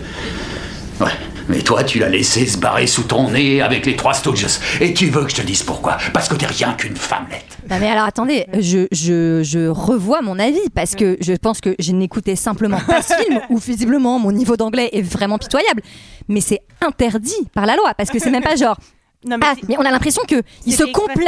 Ouais. Mais toi, tu l'as laissée se barrer sous ton nez avec les trois Stooges. Et tu veux que je te dise pourquoi Parce que t'es rien qu'une femmelette.
Non, mais alors attendez, je, je, je revois mon avis parce que je pense que je n'écoutais simplement pas ce film où visiblement mon niveau d'anglais est vraiment pitoyable. Mais c'est interdit par la loi parce que c'est même pas genre. Ah, mais on a l'impression que il se complaît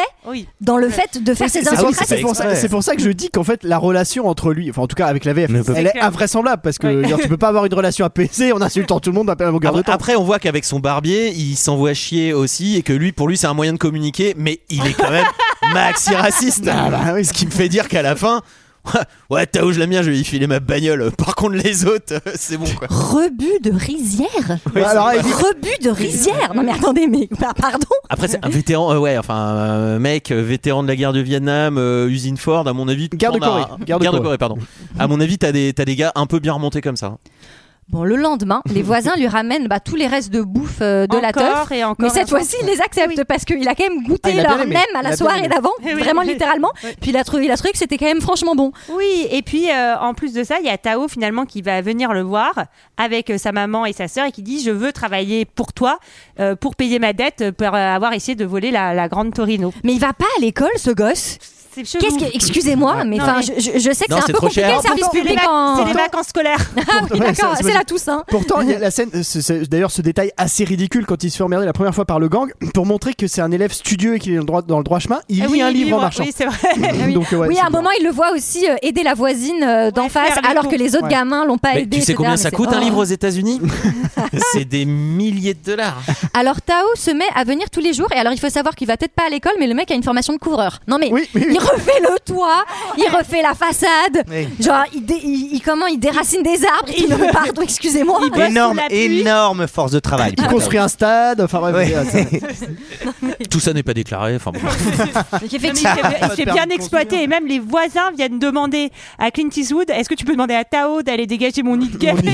dans le fait de faire
C'est
ses
Ah c'est pour,
insultes.
ça- c'est pour ça- c'est pour ça que je dis qu'en fait la relation entre lui, enfin en tout cas avec la VF,
peut
elle
pas.
est invraisemblable parce que je veux dire, tu peux pas avoir une relation apaisée en insultant tout le monde à la longueur de
Après,
temps.
après, on voit qu'avec son barbier, il s'envoie chier aussi et que lui, pour lui, c'est un moyen de communiquer, mais il est quand même maxi raciste. Ah bah Ce qui me fait dire qu'à la fin, ouais, Tao, je l'aime bien, je vais lui filer ma bagnole. Par contre, les autres, euh, c'est bon quoi.
Rebut de rizière.
Ah,
Oui, alors, elle dit-
Rebut de rizière. Non mais attendez, mais bah, pardon.
Après, c'est un vétéran, euh, ouais, enfin, un mec, euh, vétéran de la guerre de Vietnam, euh, usine Ford, à mon avis.
Guerre de
t'en as-
Corée,
Guerre de Corée, pardon. À mon avis, t'as des, t'as des gars un peu bien remontés comme ça.
Bon, le lendemain, les voisins lui ramènent bah, tous les restes de bouffe euh, de la
Encore
teuf.
et encore
mais
et
cette
encore.
fois-ci, il les accepte parce qu'il a quand même goûté
Ah, il a bien
leur
aimé.
nem à
Il a
la
bien
soirée
aimé.
d'avant,
Eh oui.
vraiment littéralement. Puis il a trouvé, il a trouvé que c'était quand même franchement bon.
Oui, et puis euh, en plus de ça, il y a Tao finalement qui va venir le voir avec euh, sa maman et sa sœur et qui dit je veux travailler pour toi euh, pour payer ma dette euh, pour euh, avoir essayé de voler la, la grande Torino.
Mais il va pas à l'école ce gosse. Qu'est-ce que, excusez-moi, mais
Non,
enfin,
mais-
je, je- je sais que c'est un
Non, c'est
peu
trop
compliqué
cher.
le service
Pourtant, c'est
public.
les vac-
en-
c'est les vacances scolaires.
Ah oui,
Ouais,
d'accord,
ça-
c'est la hein. Toussaint.
Pourtant, il y a la scène, euh, ce- ce- d'ailleurs, ce détail assez ridicule quand il se fait emmerder la première fois par le gang pour montrer que c'est un élève studieux et qu'il est dans le droit, dans le droit chemin. Il
Ah
lit
oui,
un
il
livre
lit,
en
ouais.
marchant.
Oui, c'est vrai.
Donc, ouais,
oui,
c'est
à un moment, il le voit aussi euh, aider la voisine euh, d'en face,
les
alors
cours.
que Ah, les autres
Ouais.
gamins l'ont pas
Mais
aidé.
tu sais
etc.
combien
Mais
ça
c'est-
coûte un
Oh.
livre aux États-Unis C'est des milliers de dollars.
Alors Tao se met à venir tous les jours et alors il faut savoir qu'il va peut-être pas à l'école mais le mec a une formation de couvreur. Non mais il refait le toit, il refait la façade,
Oui.
genre il, dé- il- il- comment il déracine des arbres, il me pardon excusez-moi.
Énorme, énorme force de travail.
Il construit un stade. Enfin bref.
Ouais.
voilà, ça-
Tout ça n'est pas déclaré. Enfin, bon.
Non, mais il s'est- il s'est bien exploité et même les voisins viennent demander à Clint Eastwood est-ce que tu peux demander à Tao d'aller dégager mon nid de guêpe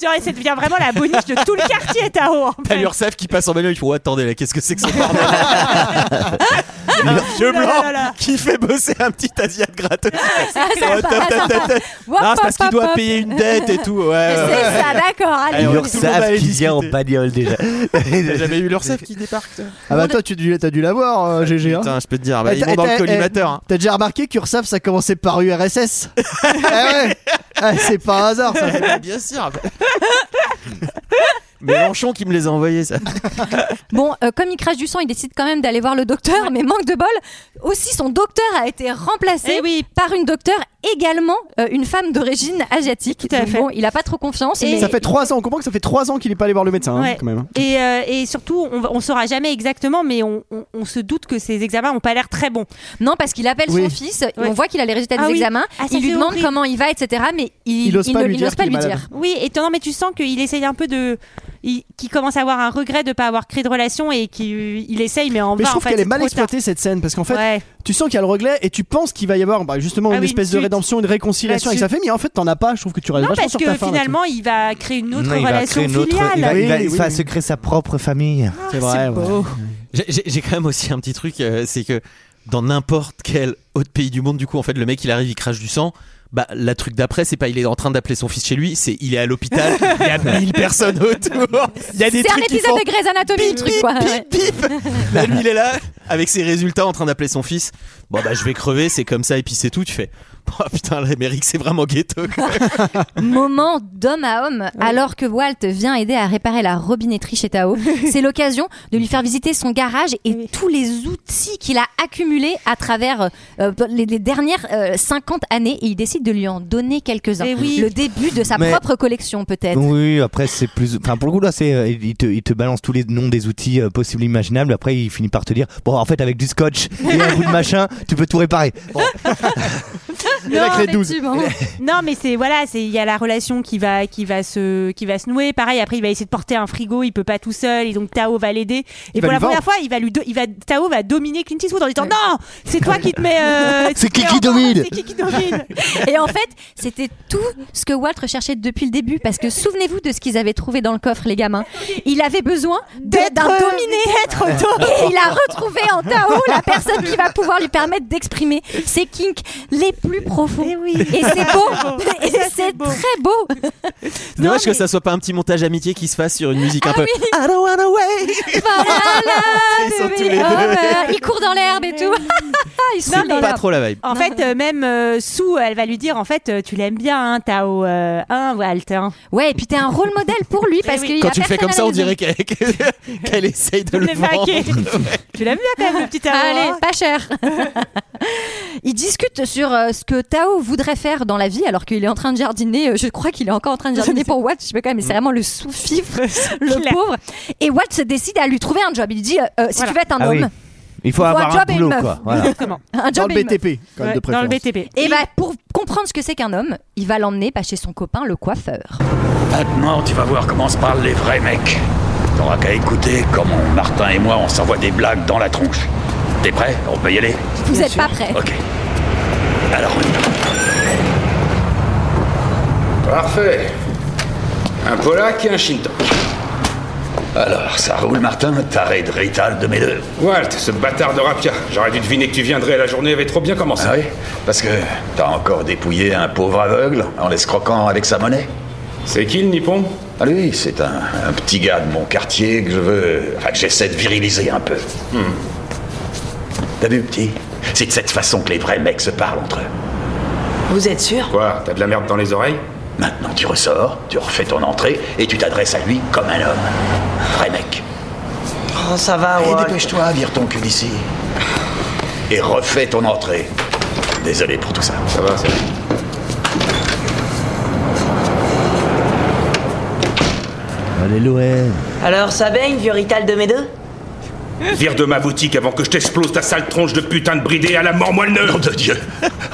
Genre, et ça devient vraiment la boniche de tout le quartier Tao en
T'as
fait.
l'URSAF qui passe en bagnole, ils font Oh, attendez là, qu'est-ce que c'est que ce bordel Un vieux
Ouh là
blanc
là là.
qui fait bosser un petit Asiat gratteux.
Ah,
Oh,
sympa,
tap, tap,
sympa.
tap, tap.
Wop,
Non, c'est parce
hop,
qu'il doit
hop.
payer une dette et tout. Ouais,
C'est
ouais, ouais.
ça, d'accord. allez.
Allez,
L'URSSAF
tout le monde va aller
qui vient en
discuter.
bagnole déjà.
T'as jamais vu l'URSAF qui débarque toi
Ah bah toi, tu as dû, t'as dû l'avoir,
Ah,
euh, GG. hein.
Putain, je peux te dire, bah,
Eh,
ils
t'as-
vont dans
eh,
le
eh,
collimateur. hein.
T'as déjà remarqué qu'URSAF ça commençait par URSS Eh ouais. Eh, C'est pas un hasard ça.
Eh ben, bien sûr. Mélenchon qui me les a envoyés, ça.
Bon, euh, comme il crache du sang, il décide quand même d'aller voir le docteur, mais manque de bol, aussi son docteur a été remplacé par une docteur également euh, une femme d'origine asiatique.
à
Donc
fait.
bon, il a pas trop confiance. mais-
Ça fait 3 ans, on comprend que ça fait 3 ans qu'il est pas allé voir le médecin hein,
Ouais.
quand même.
Et, euh, et surtout, on, va- on saura jamais exactement, mais on, on- on se doute que ces examens n'ont pas l'air très bons.
Non, parce qu'il appelle
Oui.
son fils, et
Ouais.
on voit qu'il a les résultats
Ah
des
oui.
examens,
Ah, ça,
il lui
c'est
demande
horrible.
comment il va, etc. Mais il,
Il ose pas
ne-
lui
il
dire
n'ose pas
qu'il
lui
est malade.
dire.
Oui, et non, mais tu sens qu'il essaye un peu de. il- qui commence à avoir un regret de ne pas avoir créé de relation et qui il essaye, mais en
Mais
vain.
je trouve
en fait,
qu'elle est
c'est
mal
trop tard.
exploitée cette scène parce qu'en fait,
Ouais.
tu sens qu'il y a le regret et tu penses qu'il va y avoir bah, justement
Ah
une
oui,
espèce
une
de
suite.
rédemption, une réconciliation
La
avec sa
suite.
famille. Et en fait, t'en as pas. Je trouve que tu restes
Non,
vachement
parce
sur ta
que
fin.
finalement, il va créer une autre
Non, il va
relation
créer une autre-
filiale.
il va, il va-
Oui,
il va se créer sa propre famille.
C'est vrai, ouais. J'ai- J'ai j'ai quand même aussi un petit truc, euh, c'est que dans n'importe quel autre pays du monde, du coup, en fait, le mec il arrive, il crache du sang. Bah, la truc d'après, c'est pas il est en train d'appeler son fils chez lui, c'est il est à l'hôpital, il y a mille personnes autour, il y a des
C'est un
trucs qui
épisode
font-
de Grey's Anatomy, le truc, quoi. ouais.
Là, lui, il est là, avec ses résultats, en train d'appeler son fils. Bon, bah, je vais crever, c'est comme ça, et puis c'est tout. Tu fais, oh putain, l'Amérique, c'est vraiment ghetto. quoi.
Moment d'homme à homme, alors que Walt vient aider à réparer la robinetterie chez Tao, c'est l'occasion de lui faire visiter son garage et tous les outils qu'il a accumulés à travers euh, les, les dernières euh, 50 années et il décide de lui en donner quelques-uns. Le début de sa
Mais-
propre collection peut-être.
Oui, après c'est plus. Enfin, pour le coup là, c'est euh, il te, il te balance tous les noms des outils euh, possibles, imaginables. Après, il finit par te dire bon, en fait, avec du scotch et un bout de machin, tu peux tout réparer. Bon.
Non,
la clé
mais-
12. effectivement.
non, mais c'est voilà, c'est il y a la relation qui va qui va se qui va se nouer. Pareil, après il va essayer de porter un frigo, il peut pas tout seul, et donc Tao va l'aider. Et
Il va
pour
lui
la première
vendre.
fois, il va lui do- il va Tao va dominer Clint Eastwood en lui disant non, c'est toi qui te mets. euh, tu
C'est
te
qui
mets
qui
en-
domine
C'est qui qui domine
Et en fait, c'était tout ce que Walt recherchait depuis le début. Parce que souvenez-vous de ce qu'ils avaient trouvé dans le coffre, les gamins. Il avait besoin de- euh, d'un dominé.
d'être dominé.
Et il a retrouvé en Tao la personne qui va pouvoir lui permettre d'exprimer ses kinks les plus profonds. Et, c'est beau.
beau.
Et
Eh Ça, c'est
c'est très beau.
C'est dommage que ça soit pas un petit montage amitié qui se fasse sur une
Ah
musique un peu.
I don't wanna wait.
Ils sont tous les deux.
euh, Il court dans l'herbe et tout. Ils sont
Ah, Eh Non,
dans
mais-
Pas trop la vibe.
En fait, euh, même euh, Sue, elle va lui dire en fait, euh, tu l'aimes bien, hein, Tao, euh, hein, Walt. hein.
Ouais, et puis t'es un rôle modèle pour
Eh
lui parce qu'il
Quand
a
tu le fais
personne
comme
à
ça,
la
on
maison.
dirait qu'elle qu'elle essaye de
De
le
le vaquer.
vendre.
Tu l'aimes bien quand même, le petit Tao.
Allez,
hein
pas cher. Ils discutent sur euh, ce que Tao voudrait faire dans la vie alors qu'il est en train de jardiner. Euh, Je crois qu'il est encore en train de jardiner pour Watt. Je sais pas quand même, mais
Hmm.
c'est vraiment le sous-fifre, le
clair.
pauvre. Et Watt se décide à lui trouver un job. Il lui dit euh, euh, si tu veux être un
Ah oui.
homme,
Il faut
Faut un
avoir un
job et une
boulot,
meuf.
quoi. Voilà.
Exactement.
un
Dans
job
le
et une meuf.
BTP, quand même, de
Ouais, dans le
préférence.
BTP.
Et bah, pour comprendre ce que c'est qu'un homme, il va l'emmener bah, chez son copain, le coiffeur.
Maintenant, tu vas voir comment se parlent les vrais mecs. T'auras qu'à écouter comment Martin et moi, on s'envoie des blagues dans la tronche. T'es prêt On peut y aller
Vous n'êtes pas prêts.
Oh.
Ok. Alors, on y va.
Parfait. Un Polak et un Shintok.
Alors, ça roule, Martin T'arrêtes de Rital de mes deux.
Walt, ce bâtard de rapia. J'aurais dû deviner que tu viendrais, la journée avait trop bien commencé.
Ah oui Parce que t'as encore dépouillé un pauvre aveugle en l'escroquant avec sa monnaie
C'est qui le Nippon
Ah lui, c'est un, un petit gars de mon quartier que je veux... Enfin, que j'essaie de viriliser un peu.
Hmm.
T'as vu, petit C'est de cette façon que les vrais mecs se parlent entre eux.
Vous êtes sûr
Quoi T'as de la merde dans les oreilles
Maintenant, tu ressors, tu refais ton entrée et tu t'adresses à lui comme un homme. Vrai mec.
Oh, ça va,
Et
Walt.
dépêche-toi, vire ton cul d'ici. Et refais ton entrée. Désolé pour tout ça.
Ça va, ça va.
Alléluia.
Alors, ça baigne, vieux Rital de mes deux
Vire de ma boutique avant que je t'explose ta sale tronche de putain de bridé à la mort moelle
Nom de Dieu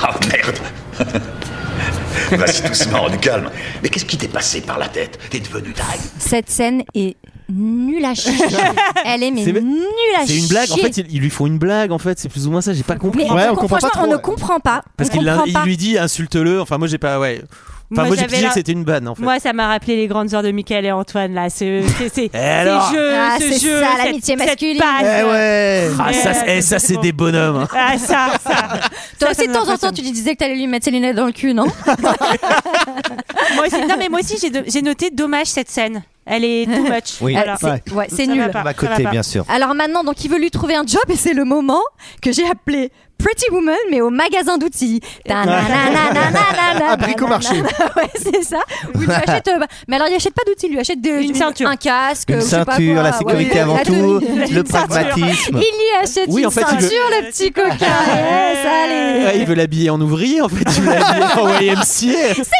Ah merde Vas-y doucement, du calme. Mais qu'est-ce qui t'est passé par la tête T'es devenu dingue
Cette scène est nulle à chier. Elle est mais
C'est-
nulle à chier.
C'est une blague, en fait, ils ils lui font une blague, en fait, c'est plus ou moins ça, j'ai pas compris.
Mais
Ouais,
on,
on
comprend-
comprend pas
franchement,
trop,
on ne
ouais.
comprend pas.
Parce
On
qu'il l'a-
comprend
il
pas.
lui dit insulte-le, enfin moi j'ai pas, ouais. Enfin
Moi,
moi, j'ai
j'avais
pigé
la-
que c'était une banne en fait.
Moi, ça m'a rappelé les grandes heures de Michael et Antoine, là. Ce, c'est, c'est,
alors
ce jeu,
Ah,
ce
c'est
jeu,
ça,
cette-
l'amitié
cette
masculine.
passe.
Eh ouais.
Ah ça,
Ouais,
eh, ça,
c'est
c'est
bon.
des bonhommes. hein.
Ah, ça, ça.
Toi
Ça, ça
aussi, de temps en temps,
m'impressionne.
tu lui disais que t'allais lui mettre ses lunettes dans le cul, non Euh,
Moi aussi, non, mais moi aussi, j'ai, de- j'ai noté dommage cette scène. Elle est too much.
Oui.
Voilà.
Ah, C'est- Ouais, c'est
Ça
nul.
va pas,
À
ça va
côté,
pas.
bien sûr.
Alors maintenant, donc, il veut lui trouver un job et c'est le moment que j'ai appelé Pretty Woman, mais au magasin d'outils.
À
Abricot
Bricomarché.
Ouais, c'est ça. Où il lui achète, euh, bah, mais alors, il achète pas d'outils, il lui achète de-
Une ceinture.
un casque,
Une
ou Euh, je sais pas
ceinture,
quoi,
la
ouais.
sécurité
La
avant
tenue.
tout, le
Une ceinture.
pragmatisme.
Il lui achète
Oui,
une
en fait, il
ceinture,
veut-
le petit coquin. Yes, allez.
Ouais, il veut l'habiller en ouvrier en fait, il veut l'habiller en YMCA.
C'est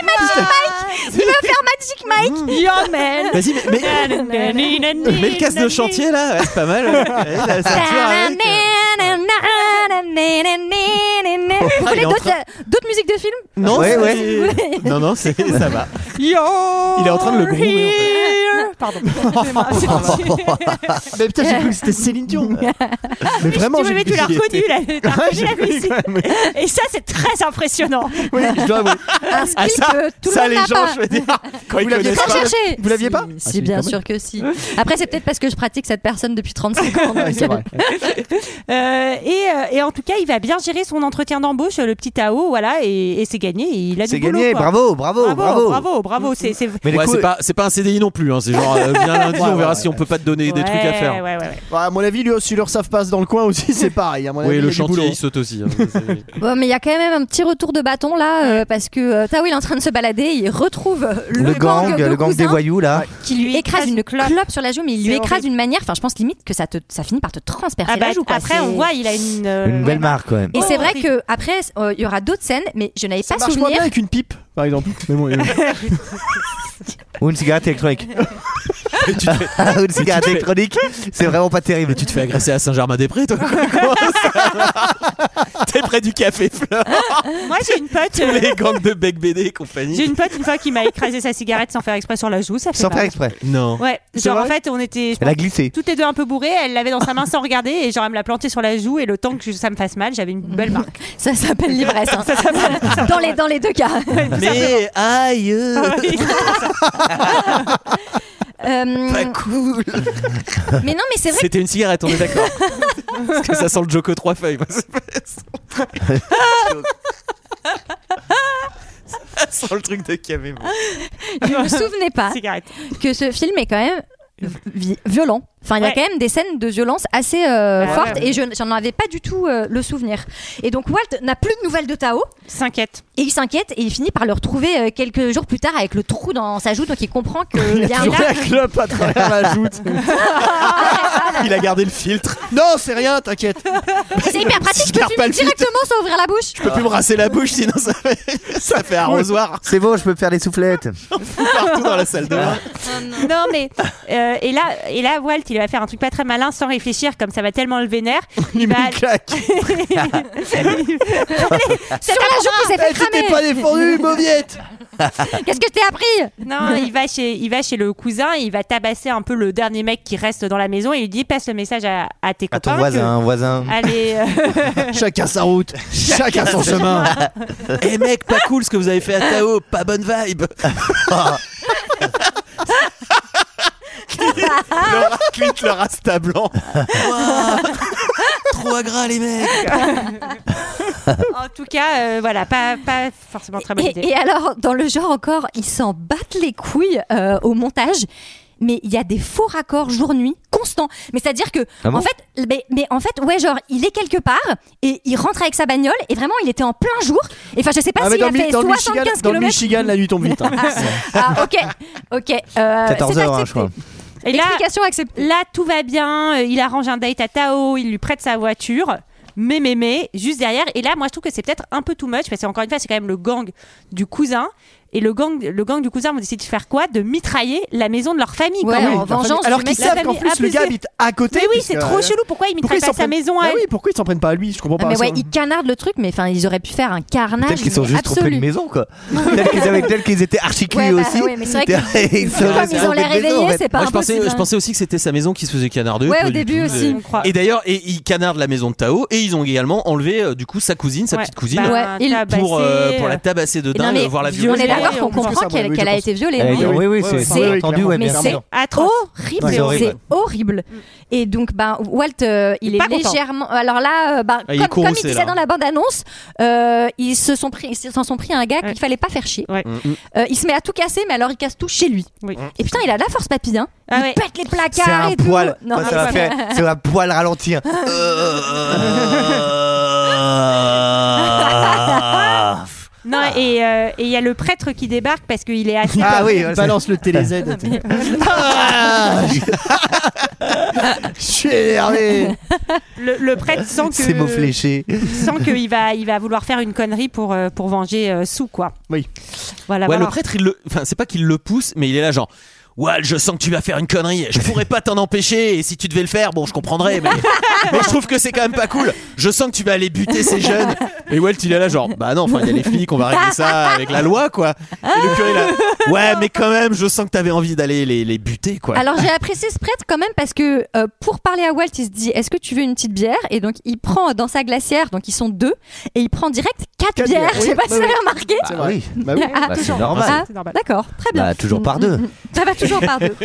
Magic Mike Il veut faire Magic Mike Yo, man
Vas-y, mais, mais, mais le casse de chantier là, ouais, c'est pas mal. Ouais, la
Ah,
ceinture avec, euh.
Vous
Ah, il
voulez
est en
d'autres euh,
train-
d'autres musiques de film
Non,
Ouais,
c'est-
ouais.
non, non, c'est- ça va.
Yo,
Il est en train de le gronder, en fait.
here pardon.
Mais putain, j'ai cru que c'était Céline Dion. Mais vraiment,
tu,
j'ai
mais tu
cru
l'as
qu'il
reconnu,
était-
la, t'as
Ah,
Ouais,
reconnu
j'ai
la
cru,
musique.
ouais, mais-
Ah, Et ça, c'est très impressionnant.
Oui, je dois avouer.
Un skill
Ah, ça-
que tout
ça,
le
les
monde n'a
gens,
pas.
je veux dire, quand ils
vous l'aviez
connaissent
pas
pas-
cherché.
Vous l'aviez pas
Si, Si,
Ah, si,
bien
quand même.
sûr que si. Après, c'est peut-être parce que je pratique cette personne depuis 35 ans.
Ouais, c'est vrai. Euh, et, euh, et en tout cas, il va bien gérer son entretien d'embauche, le petit Tao, voilà, et, et c'est gagné. et il a
C'est
du boulot,
gagné,
quoi.
bravo, bravo, bravo.
bravo, bravo, C'est, c'est...
Mais ouais, c'est pas, c'est pas un CDI non plus, hein, c'est genre euh, viens lundi,
Ouais,
on verra
ouais,
si on peut pas te donner des trucs à faire.
Ouais, à mon avis, lui aussi, leur savent passe dans le coin aussi, c'est pareil. À mon avis,
Oui,
il y a
le
du boulot.
chantier il saute aussi. hein.
Bon, mais il y a quand même un petit retour de bâton là, euh, parce que euh, Tao il est en train de se balader, il retrouve euh, le,
Le gang,
de
le gang
cousins
des voyous là.
Qui lui écrase une clope, sur la joue, mais il lui
C'est
écrase d'une manière, enfin je pense limite que ça, te, ça finit par te transpercer
Ah bah,
la joue. quoi.
après, on
C'est-
voit, Oh, il a une. euh,
Une belle marque quand même.
Et c'est vrai que après euh, il y aura d'autres scènes, mais je n'avais pas
marche moins
souvenir.
bien avec une pipe, par exemple. Mais bon, euh,
Ou une cigarette électronique. Ou une cigarette
fais-
électronique, c'est vraiment pas terrible.
Tu te fais agresser à Saint-Germain-des-Prés, toi Comment ça T'es près du café Fleur
Moi, j'ai une pote.
Tous
euh,
les gangs de Bec BD et compagnie.
J'ai une pote une fois qui m'a écrasé sa cigarette sans faire exprès sur la joue, ça fait
Sans
mal.
faire exprès.
Non.
Ouais, genre en fait on était je
Elle a
pense,
glissé.
toutes les deux un peu bourrées, elle l'avait dans sa main sans regarder et genre elle me l'a planté sur la joue et le temps que je- ça me fasse mal, j'avais une belle marque.
Ça s'appelle l'ivresse. hein. dans, les, dans les deux cas.
Mais aïe
Euh,
Pas cool
mais non, mais c'est vrai.
C'était une cigarette, on est d'accord. Parce que ça sent le Joko trois feuilles. ça sent le truc de Camémon.
Je me souvenais pas que ce film est quand même vi- violent. Enfin, il y a
Ouais.
quand même des scènes de violence assez euh,
Ouais,
fortes
ouais.
et je n- j'en avais pas du tout euh, le souvenir. Et donc Walt n'a plus de nouvelles de Tao.
S'inquiète.
Et il s'inquiète et il finit par le retrouver euh, quelques jours plus tard avec le trou dans sa joue. Donc il comprend qu'il y a un
toujours la
arbre.
clope à travers la joue.
Il a gardé le filtre.
Non, c'est rien, t'inquiète.
C'est hyper pratique,
Je
je peux
garde pas
fumer
le filtre.
directement sans ouvrir la bouche.
Je peux plus me rasser la bouche, sinon ça fait, ça fait arrosoir
C'est bon, je peux faire des soufflettes.
partout dans la salle de bain.
Non mais euh, et là et là Walt il va faire un truc pas très malin sans réfléchir comme ça va tellement le vénère. Il va
Clac.
C'est pas la joue qui s'est fait
Eh, tu t'es
cramer.
pas défendu, mauviette.
Qu'est-ce que je t'ai appris
non il va chez il va chez le cousin et il va tabasser un peu le dernier mec qui reste dans la maison et il lui dit passe le message à, à tes
À
copains.
ton
que-
voisin, voisin.
Allez, euh,
Chacun sa route, chacun son chemin.
Eh mec, pas cool ce que vous avez fait à Tao, pas bonne vibe. Clique le rasta blanc. Ouah, Trop gras les mecs.
en tout cas, euh, voilà, pas, pas forcément très bonne idée.
Et, et alors, dans le genre encore, ils s'en battent les couilles euh, au montage. Mais il y a des faux raccords jour-nuit constants. Mais c'est-à-dire que,
Ah bon
en fait, mais, mais en fait, ouais, genre, il est quelque part et il rentre avec sa bagnole et vraiment, il était en plein jour. Et enfin, je sais pas
Ah, mais
s'il
dans
a
le Mi-
fait
dans le
75
Michigan,
km.
dans le Michigan, la nuit tombe vite. hein.
Ah, ok, ok. euh,
14
c'est
heures, hein, je
accepté.
crois.
Et là,
Explication acceptée.
là, tout va bien. euh, Il arrange un date à Tao, il lui prête sa voiture. Mais, mais, mais, juste derrière. Et là, moi, je trouve que c'est peut-être un peu too much parce qu'encore une fois, c'est quand même le gang du cousin. Et le gang, le gang du cousin, on décide de faire quoi De mitrailler la maison de leur famille.
Ouais,
quand même.
en vengeance.
Alors
du
qu'ils
mec-
savent qu'en
famille
plus, le
abusée.
gars habite à côté.
Mais oui,
puisque-
c'est
euh,
trop chelou. Pourquoi ils
Pourquoi
mitraillent
ils
pas
s'en
sa
prennent
maison à
Bah
elle Ah,
oui, pourquoi ils s'en prennent pas à lui Je
Ah,
comprends
Non,
pas.
mais
ça.
ouais, hein, ils canardent le truc, mais enfin, ils auraient pu faire un carnage.
Peut-être qu'ils sont
mais
juste trop
absolu.
une maison, quoi. Peut-être qu'ils avaient- peut-être qu'ils étaient archi
Ouais,
cuits
bah,
aussi.
ouais, mais c'est vrai
que ils
Comme
restés
ils ont
en
l'air
bête maison, en
réveillés,
fait.
c'est pas
Moi, je pensais,
impossible,
je
hein.
pensais aussi que c'était sa maison qui se faisait canarder.
Ouais,
pas
au
du
début
tout.
aussi.
On croit.
Et d'ailleurs, et ils canardent la maison de Tao et ils ont également enlevé euh, du coup sa cousine, sa
Ouais.
petite cousine,
Bah,
Ouais,
un
il-
tabassé,
pour, euh, pour la tabasser de
Et non,
dingue,
mais
voir la
on
violence.
est d'accord qu'on
On peut
comprend
savoir,
qu'elle
oui,
qu'elle
je
a
pense.
été violée.
Eh,
non
oui, oui,
ouais,
c'est
ouais,
c'est
ouais,
entendu, ouais,
Mais
bien
c'est
sûr.
Atroce.
horrible,
C'est horrible.
c'est horrible. Et donc, ben, Walt, euh, il
Pas
est
content.
légèrement. Alors là, euh, ben,
Ah, il est
comme, comme il
courroucé,
disait
là.
dans la bande-annonce, euh, ils se sont pris, ils s'en sont pris à un gars
Ouais.
qu'il fallait pas faire chier.
Ouais.
Mm.
Euh, il se met à tout casser, mais alors il casse tout chez lui.
Oui.
Et putain, il a de la force, papy. Hein.
Ah
il
ouais.
pète les
C'est
placards
un
et tout.
poil.
Non,
Moi,
mais
ça m'a fait. C'est un poil ralenti. hein.
Euh, Ah.
Non, et euh, et il y a le prêtre qui débarque parce qu'il est assez.
Ah oui, voilà, c'est-
Balance le TéléZ.
Ah,
Je suis énervé.
Le, le prêtre sent que.
ces mots fléchés.
sent qu'il va, il va vouloir faire une connerie pour, euh, pour venger euh, Sou, quoi.
Oui.
Voilà,
Ouais,
voilà.
le prêtre, il le... enfin, c'est pas qu'il le pousse, mais il est là, genre. Wal, je sens que tu vas faire une connerie. Je pourrais pas t'en empêcher. Et si tu devais le faire, bon, je comprendrais. Mais, mais je trouve que c'est quand même pas cool. Je sens que tu vas aller buter ces jeunes. Et Walt, il est là, genre, bah non, enfin, il y a les flics, on va régler ça avec la loi, quoi. Et le curé, là, ouais, mais quand même, je sens que t'avais envie d'aller les, les buter, quoi.
Alors j'ai apprécié ce prêtre quand même parce que euh, pour parler à Walt, il se dit est-ce que tu veux une petite bière Et donc il prend dans sa glacière, donc ils sont deux, et il prend direct quatre,
Quatre
bières.
bières,
Je sais
oui,
pas
bah
si vous
oui.
avez remarqué.
Bah C'est vrai. oui. Bah oui. Bah, c'est
toujours.
normal.
Ah, D'accord, très bien.
Bah, toujours par deux.
Ça va toujours par deux.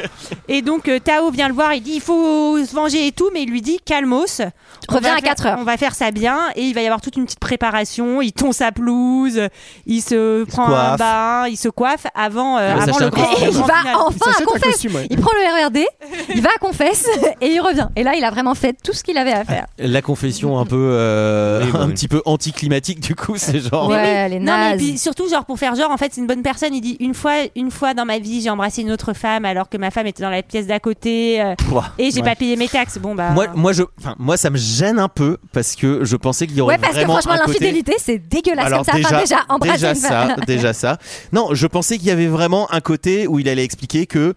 Et donc euh, Tao vient le voir, il dit il faut se venger et tout, mais il lui dit calmos. on
Reviens
va
à
faire-
4 heures.
On va faire ça bien et il va y avoir toute une petite préparation. Il tond sa pelouse, il se prend un
coiffe.
bain, il se coiffe avant, euh,
Il va
avant
s'acheter
le
un
grand.
costume.
le grand
Il va
final.
enfin Il à s'achète un Confesse. costume, ouais. Il prend le RERD, il va à confesse et il revient. Et là, il a vraiment fait tout ce qu'il avait à faire.
La confession un peu, euh, un petit peu anticlimatique, du coup, c'est genre.
Mais oui.
elle est
Non, mais
naze.
puis surtout, genre, pour faire genre, en fait, c'est une bonne personne. Il dit une fois, une fois dans ma vie, j'ai embrassé une autre femme alors que ma femme était dans la pièce d'à côté euh,
Pouah.
et j'ai
Ouais.
pas payé mes taxes. Bon, bah.
Moi, moi, je, enfin, moi, ça me gêne un peu parce que je pensais qu'il y aurait
Ouais, parce que
vraiment
franchement,
un côté-
l'infidélité, c'est dégueulasse
Alors
comme ça. Enfin, déjà, embrasser
déjà
une
ça,
femme.
déjà ça. Non, je pensais qu'il y avait vraiment un côté où il allait expliquer que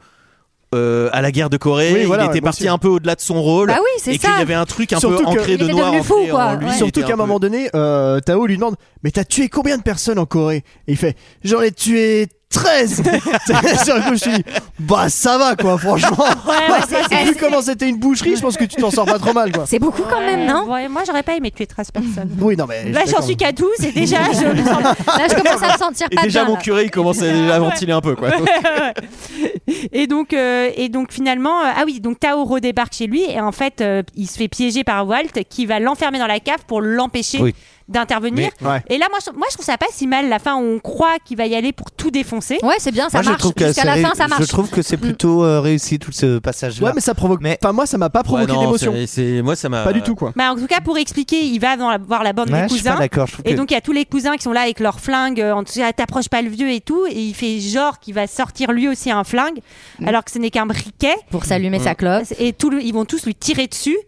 euh, à la guerre de Corée,
Oui, voilà,
il était
bien
parti
sûr.
un peu au-delà de son rôle,
Bah oui, c'est
et
ça.
qu'il y avait un truc un
Surtout
peu
que-
ancré de noir ancré en lui. il
Surtout
était
qu'à un
peu-
moment donné, euh, Tao lui demande Mais t'as tué combien de personnes en Corée Et il fait J'en ai tué 13 Sur le coup, je me suis dit Bah ça va quoi, franchement
ouais, c'est-
C'est Vu comment c'était une boucherie, je pense que tu t'en sors pas trop mal quoi.
C'est beaucoup
quand même, non Moi, j'aurais pas aimé tuer 13 personnes.
Oui, non mais.
Là, Bah, j'en suis qu'à 12 et déjà, je me sens-
Là, je commence à me sentir
Et
pas
déjà,
bien,
mon
là.
curé, il commençait déjà à ventiler un peu, quoi.
et donc euh, et donc finalement euh, ah oui donc Tao redébarque chez lui et en fait euh, il se fait piéger par Walt qui va l'enfermer dans la cave pour l'empêcher
Oui.
d'intervenir
Mais- ouais.
et là moi je, moi je trouve ça pas si mal la fin où on croit qu'il va y aller pour tout défoncer
ouais c'est bien
Moi, je trouve que c'est ré- Je trouve que
Mm.
c'est plutôt euh, réussi tout ce passage-là.
Ouais, mais ça provoque. Enfin, moi, ça m'a pas
Ouais,
provoqué
non,
d'émotion.
c'est- c'est- moi, ça m'a.
Pas du tout, quoi.
Bah, en tout cas, pour expliquer, il va dans la- voir la bande
Ouais,
des
je suis
cousins.
pas d'accord, je trouve
et
que-
donc, il y a tous les cousins qui sont là avec leurs flingues. euh, En tout cas, t'approches pas le vieux et tout. Et il fait genre qu'il va sortir lui aussi un flingue,
Mm.
alors que ce n'est qu'un briquet.
Pour s'allumer sa clope.
Et tout le- ils vont tous lui tirer dessus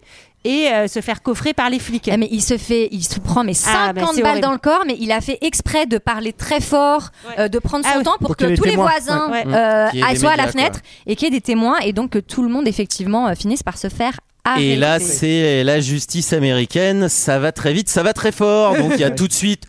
et euh, se faire coffrer par les flics.
Eh, mais il se fait, il se prend mais
Ah, bah,
50 balles dans le corps, mais il a fait exprès de parler très fort, euh, de prendre son
Ah oui.
temps pour,
Pour
que,
qu'il y ait
tous
des
les
témoins.
voisins
Ouais.
euh,
Mm. Qu'il y ait des
soient à la
médias,
fenêtre et qu'il y ait des témoins et donc que tout le monde effectivement euh, finisse par se faire arrêter.
Et là, c'est la justice américaine. Ça va très vite, ça va très fort. Donc il y a tout de suite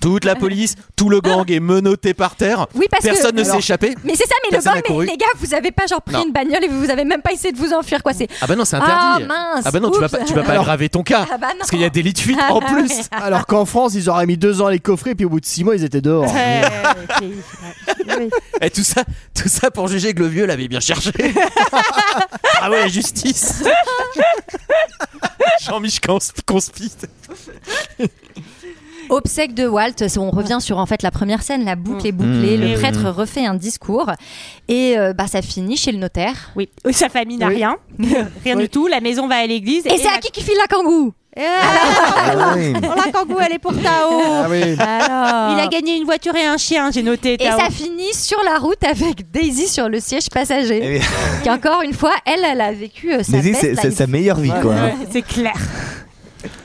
toute la police, tout le gang est menotté par terre.
Oui, parce que-
Personne ne s'est
Alors-
échappé.
Mais c'est ça, mais
Personne
le
n'a
gang, mais
couru.
les gars, vous avez pas genre pris
Non.
une bagnole et vous avez même pas essayé de vous enfuir, quoi. C'est
Ah bah non, c'est
Ah,
interdit.
mince,
bah non, tu vas
oups.
pas, tu vas pas aggraver ton cas.
Ah bah non.
parce qu'il y a des lits de fuite
Ah
en
bah
plus.
ouais.
Alors qu'en France, ils auraient mis deux ans à les coffrer, puis au bout de six mois, ils étaient dehors.
Euh,
Et tout ça, tout ça pour juger que le vieux l'avait bien cherché. ah ouais, la justice. Jean-Mich consp- conspite.
Obsèque de Walt, on revient sur en fait la première scène, la boucle
Mm.
est bouclée,
Mmh.
le
Eh
Mmh.
prêtre refait un discours et euh, bah ça finit chez le notaire.
Oui, sa famille n'a
Oui.
rien. rien du tout. La maison va à l'église.
Et c'est à qui qui file la kangou
Ah,
oui.
La kangou, elle est pour Tao.
Ah oui. Alors.
Il a gagné une voiture et un chien, j'ai noté.
Et
Tao.
ça finit sur la route avec Daisy sur le siège passager.
Eh oui.
qui encore une fois, elle, elle a vécu euh, sa
Daisy,
best
c'est- c'est
life.
sa meilleure vie, quoi. hein. Ouais,
C'est clair.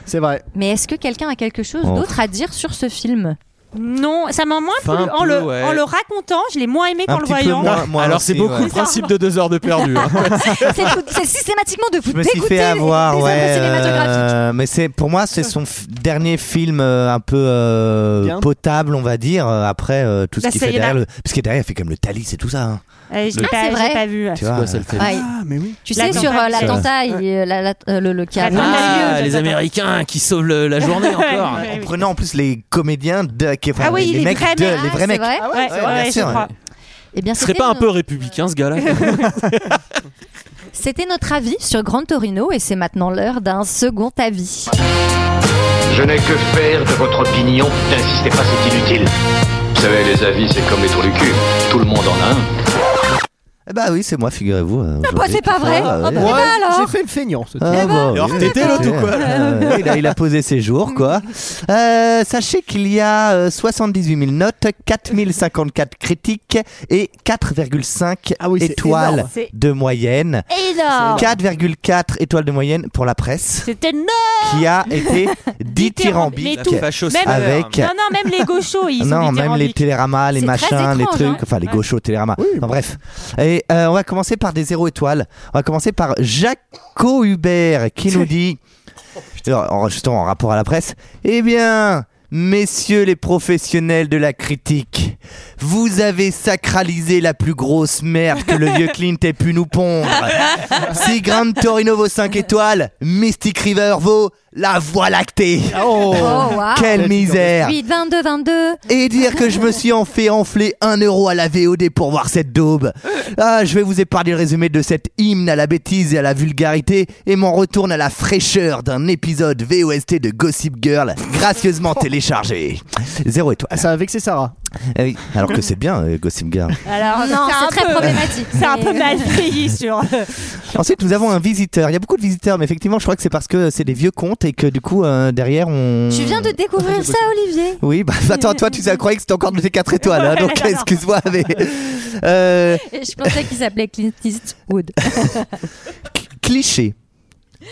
C'est vrai.
Mais est-ce que quelqu'un a quelque chose
Oh.
d'autre à dire sur ce film
Non, ça m'a moins
Enfin,
plu. En,
peu,
le,
ouais.
en le racontant, je l'ai moins aimé
Un
qu'en le
petit peu
voyant.
Ah,
moins- moins Alors, aussi, c'est beaucoup ouais. le principe de deux heures de perdu, hein.
c'est tout- c'est systématiquement de vous
Je me suis
dégoûter
fait
des-
avoir,
des
ouais.
œuvres cinématographiques.
euh, mais c'est pour moi, c'est son f- dernier film euh, un peu euh,
Bien.
potable, on va dire. euh, Après euh, tout ce
La
qu'il fait
Sayonara.
derrière, le... parce que derrière, il fait comme le Thalys et tout ça. hein.
Euh, je l'ai
Ah,
pas,
c'est vrai.
j'ai pas vu.
Tu
Ah,
vois, ça le fait.
Ouais.
Ah,
Tu sais, sur euh, l'attentat, il- euh, la- la- euh, le, le cas.
Ah, les Américains qui sauvent le- la journée encore.
en prenant en plus les comédiens de, qui, enfin,
Ah oui,
les,
les
mecs,
vrais
de-
mecs.
les
Ah,
vrais mecs.
c'est vrai Ah ouais, ouais, ouais,
bien
je
sûr,
crois. Eh bien,
Ce serait
c'était
pas un
nos-
peu républicain ce gars-là
C'était notre avis sur Grand Torino et c'est maintenant l'heure d'un second avis.
Je n'ai que faire de votre opinion. N'insistez pas, c'est inutile.
Vous savez, les avis, c'est comme les trous du cul. Tout le monde en a un.
Eh Bah oui, c'est moi, figurez-vous. euh,
bah,
aujourd'hui.
c'est pas vrai.
Ah,
Oh,
oui.
bah, Ouais, bah, alors. ben,
j'ai fait le feignant. Ce
Eh
Ah,
ben,
type.
bah, oui, écoutez,
l'autre,
euh, euh, il, a, il a posé ses jours, quoi. Euh, sachez qu'il y a euh, 78 000 notes, 4054 critiques et 4,5
c'est
étoiles
énorme. C'est Ah.
de moyenne.
Énorme.
4,4 étoiles de moyenne pour la presse.
C'est énorme.
qui a été dithyrambique
Mais tout. Même-
avec.
Non, non, même les gauchos, ils
Ah
sont
non, même les
dithyrambiques.
téléramas, les
C'est très
machins, les
étrange,
trucs,
hein.
enfin les gauchos téléramas. Enfin, bref. Et euh, on va commencer par des zéro étoiles. On va commencer par Jaco Hubert qui nous dit, Alors, en, justement en rapport à la presse, eh bien, messieurs les professionnels de la critique, vous avez sacralisé la plus grosse merde que le vieux Clint ait pu nous pondre. Si Grand Torino vaut 5 étoiles, Mystic River vaut la voie lactée.
Oh, wow.
Ah.
Quelle misère
8, 22, 22.
et dire que je me suis en fait enfler un euro à la VOD pour voir cette daube. Ah, je vais vous épargner le résumé de cet hymne à la bêtise et à la vulgarité et m'en retourne à la fraîcheur d'un épisode VOST de Gossip Girl gracieusement téléchargé. Zéro étoile.
Oh.
Eh
Ça a vexé Sarah.
alors que c'est bien euh, Gossip Girl.
Alors,
Non, c'est
un
très
peu-
problématique,
C'est un
mais-
peu mal vieilli sur.
Ensuite, nous avons un visiteur. Il y a beaucoup de visiteurs, mais effectivement, je crois que c'est parce que c'est des vieux contes et que du coup, euh, derrière, on.
Tu viens de découvrir ça, Olivier
Oui, bah attends, toi, tu croyais que c'était encore de tes 4 étoiles, hein, donc excuse-moi, mais. euh,
Et Je pensais qu'il s'appelait Clint Eastwood.
Ben, cliché.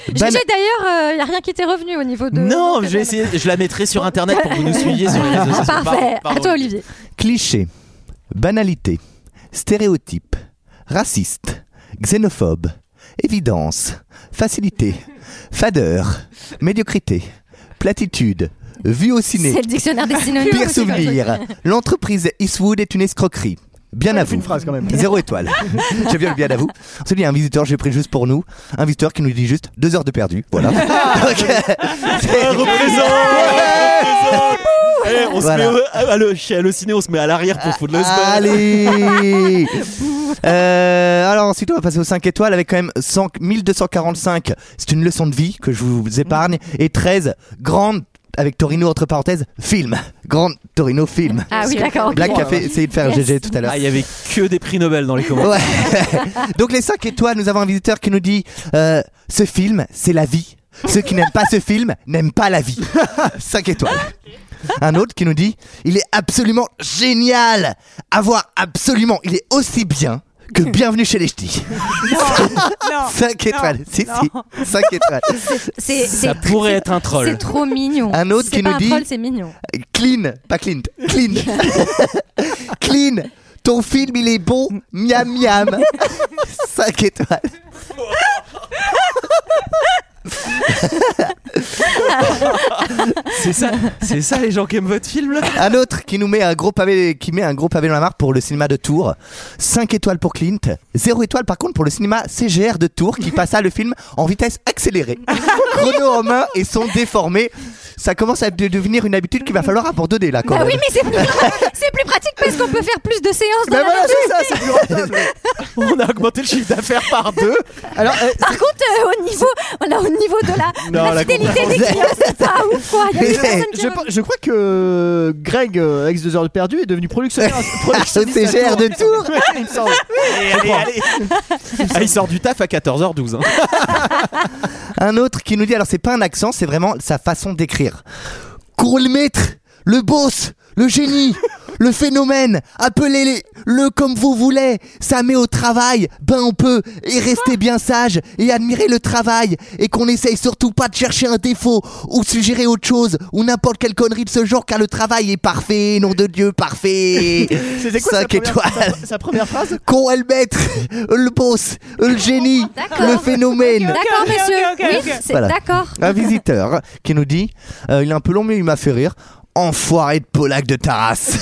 J'ai
Bana-
D'ailleurs, il n'y a rien qui était revenu au niveau de.
Non, je vais essayer, je la mettrai sur internet pour que vous nous suiviez sur les réseaux sociaux.
Ah, Parfait.
Pardon, pardon.
À toi, Olivier.
Cliché, banalité, stéréotype, raciste, xénophobe, évidence, facilité, fadeur, médiocrité, platitude, vue au ciné.
C'est le dictionnaire des synonymes
Pire
aussi, quoi, le
souvenir.
truc.
L'entreprise Eastwood est une escroquerie. Bien à vous.
phrase quand même.
Zéro étoile. J'aime bien le bien à vous. Ensuite, il y a un visiteur, j'ai pris juste pour nous. Un visiteur qui nous dit juste deux heures de perdu. Voilà.
représente Eh, on
Voilà.
se met au- à- à le- chez Allociné, on se met à l'arrière
Ah,
pour foutre le sport.
Allez Euh, Alors ensuite on va passer aux 5 étoiles avec quand même 100 1245. C'est une leçon de vie que je vous épargne. Et 13, grande, avec Torino entre parenthèses, film. Grande Torino film.
Ah oui, d'accord, ok.
Black Café essayait de faire
Yes.
GG tout à l'heure.
Ah, il y avait que des prix Nobel dans les commentaires.
Ouais. Donc les 5 étoiles, nous avons un visiteur qui nous dit euh, Ce film, c'est la vie. Ceux qui n'aiment pas ce film n'aiment pas la vie. 5 étoiles. Un autre qui nous dit Il est absolument génial à voir absolument. Il est aussi bien que Bienvenue chez les Ch'tis.
non,
5
non,
étoiles. Si,
non.
si. 5 étoiles.
C'est-
Ça
c'est-
pourrait
c'est-
être un troll.
C'est trop mignon.
Un autre
Si
qui
c'est pas
nous
un
dit-
troll, c'est mignon.
Clean, pas Clint, clean. clean, ton film il est bon, miam miam. 5 étoiles.
C'est ça, c'est ça les gens qui aiment votre film là
Un autre qui nous met un gros pavé, qui met un gros pavé dans la marque pour le cinéma de Tours. 5 étoiles pour Clint, 0 étoile par contre pour le cinéma CGR de Tours qui passa le film en vitesse accélérée. Chrono en main et son déformé. Ça commence à de- devenir une habitude qu'il va falloir abandonner là quand
Bah oui,
même.
mais c'est plus, c'est plus pratique parce qu'on peut faire plus de séances dans la
Bah voilà,
journée.
c'est ça, c'est plus rentable. Ah,
On a augmenté le chiffre d'affaires par deux.
Alors,
Par contre, euh, au niveau, voilà, au niveau de la, de
Non,
la
la
fidélité des
concurrence.
clients, c'est pas ouf, quoi. Il y a une personne qui
je,
revient.
pe- je crois que Greg, euh, ex 2 heures de perdu, est devenu productionnaire. productionniste à
CGR de Tours.
Ouais, il me semble.
Allez, allez. Ah, il sort du taf à 14h12. hein.
Un autre qui nous dit, alors c'est pas un accent, c'est vraiment sa façon d'écrire. Cours le maître, le boss, le génie, le phénomène, appelez-le comme vous voulez, ça met au travail, ben on peut, et restez bien sage, et admirez le travail, et qu'on essaye surtout pas de chercher un défaut, ou de suggérer autre chose, ou n'importe quelle connerie de ce genre, car le travail est parfait, nom de Dieu, parfait.
C'était quoi sa
Cinq
première-
étoiles.
sa- sa première phrase
Qu'on est le maître, le boss, le génie,
D'accord.
le phénomène.
D'accord,
ok,
monsieur.
ok, ok,
oui,
ok.
c'est
Voilà.
d'accord.
Un visiteur qui nous dit euh, Il est un peu long, mais il m'a fait rire. Enfoiré de Polac de Taras.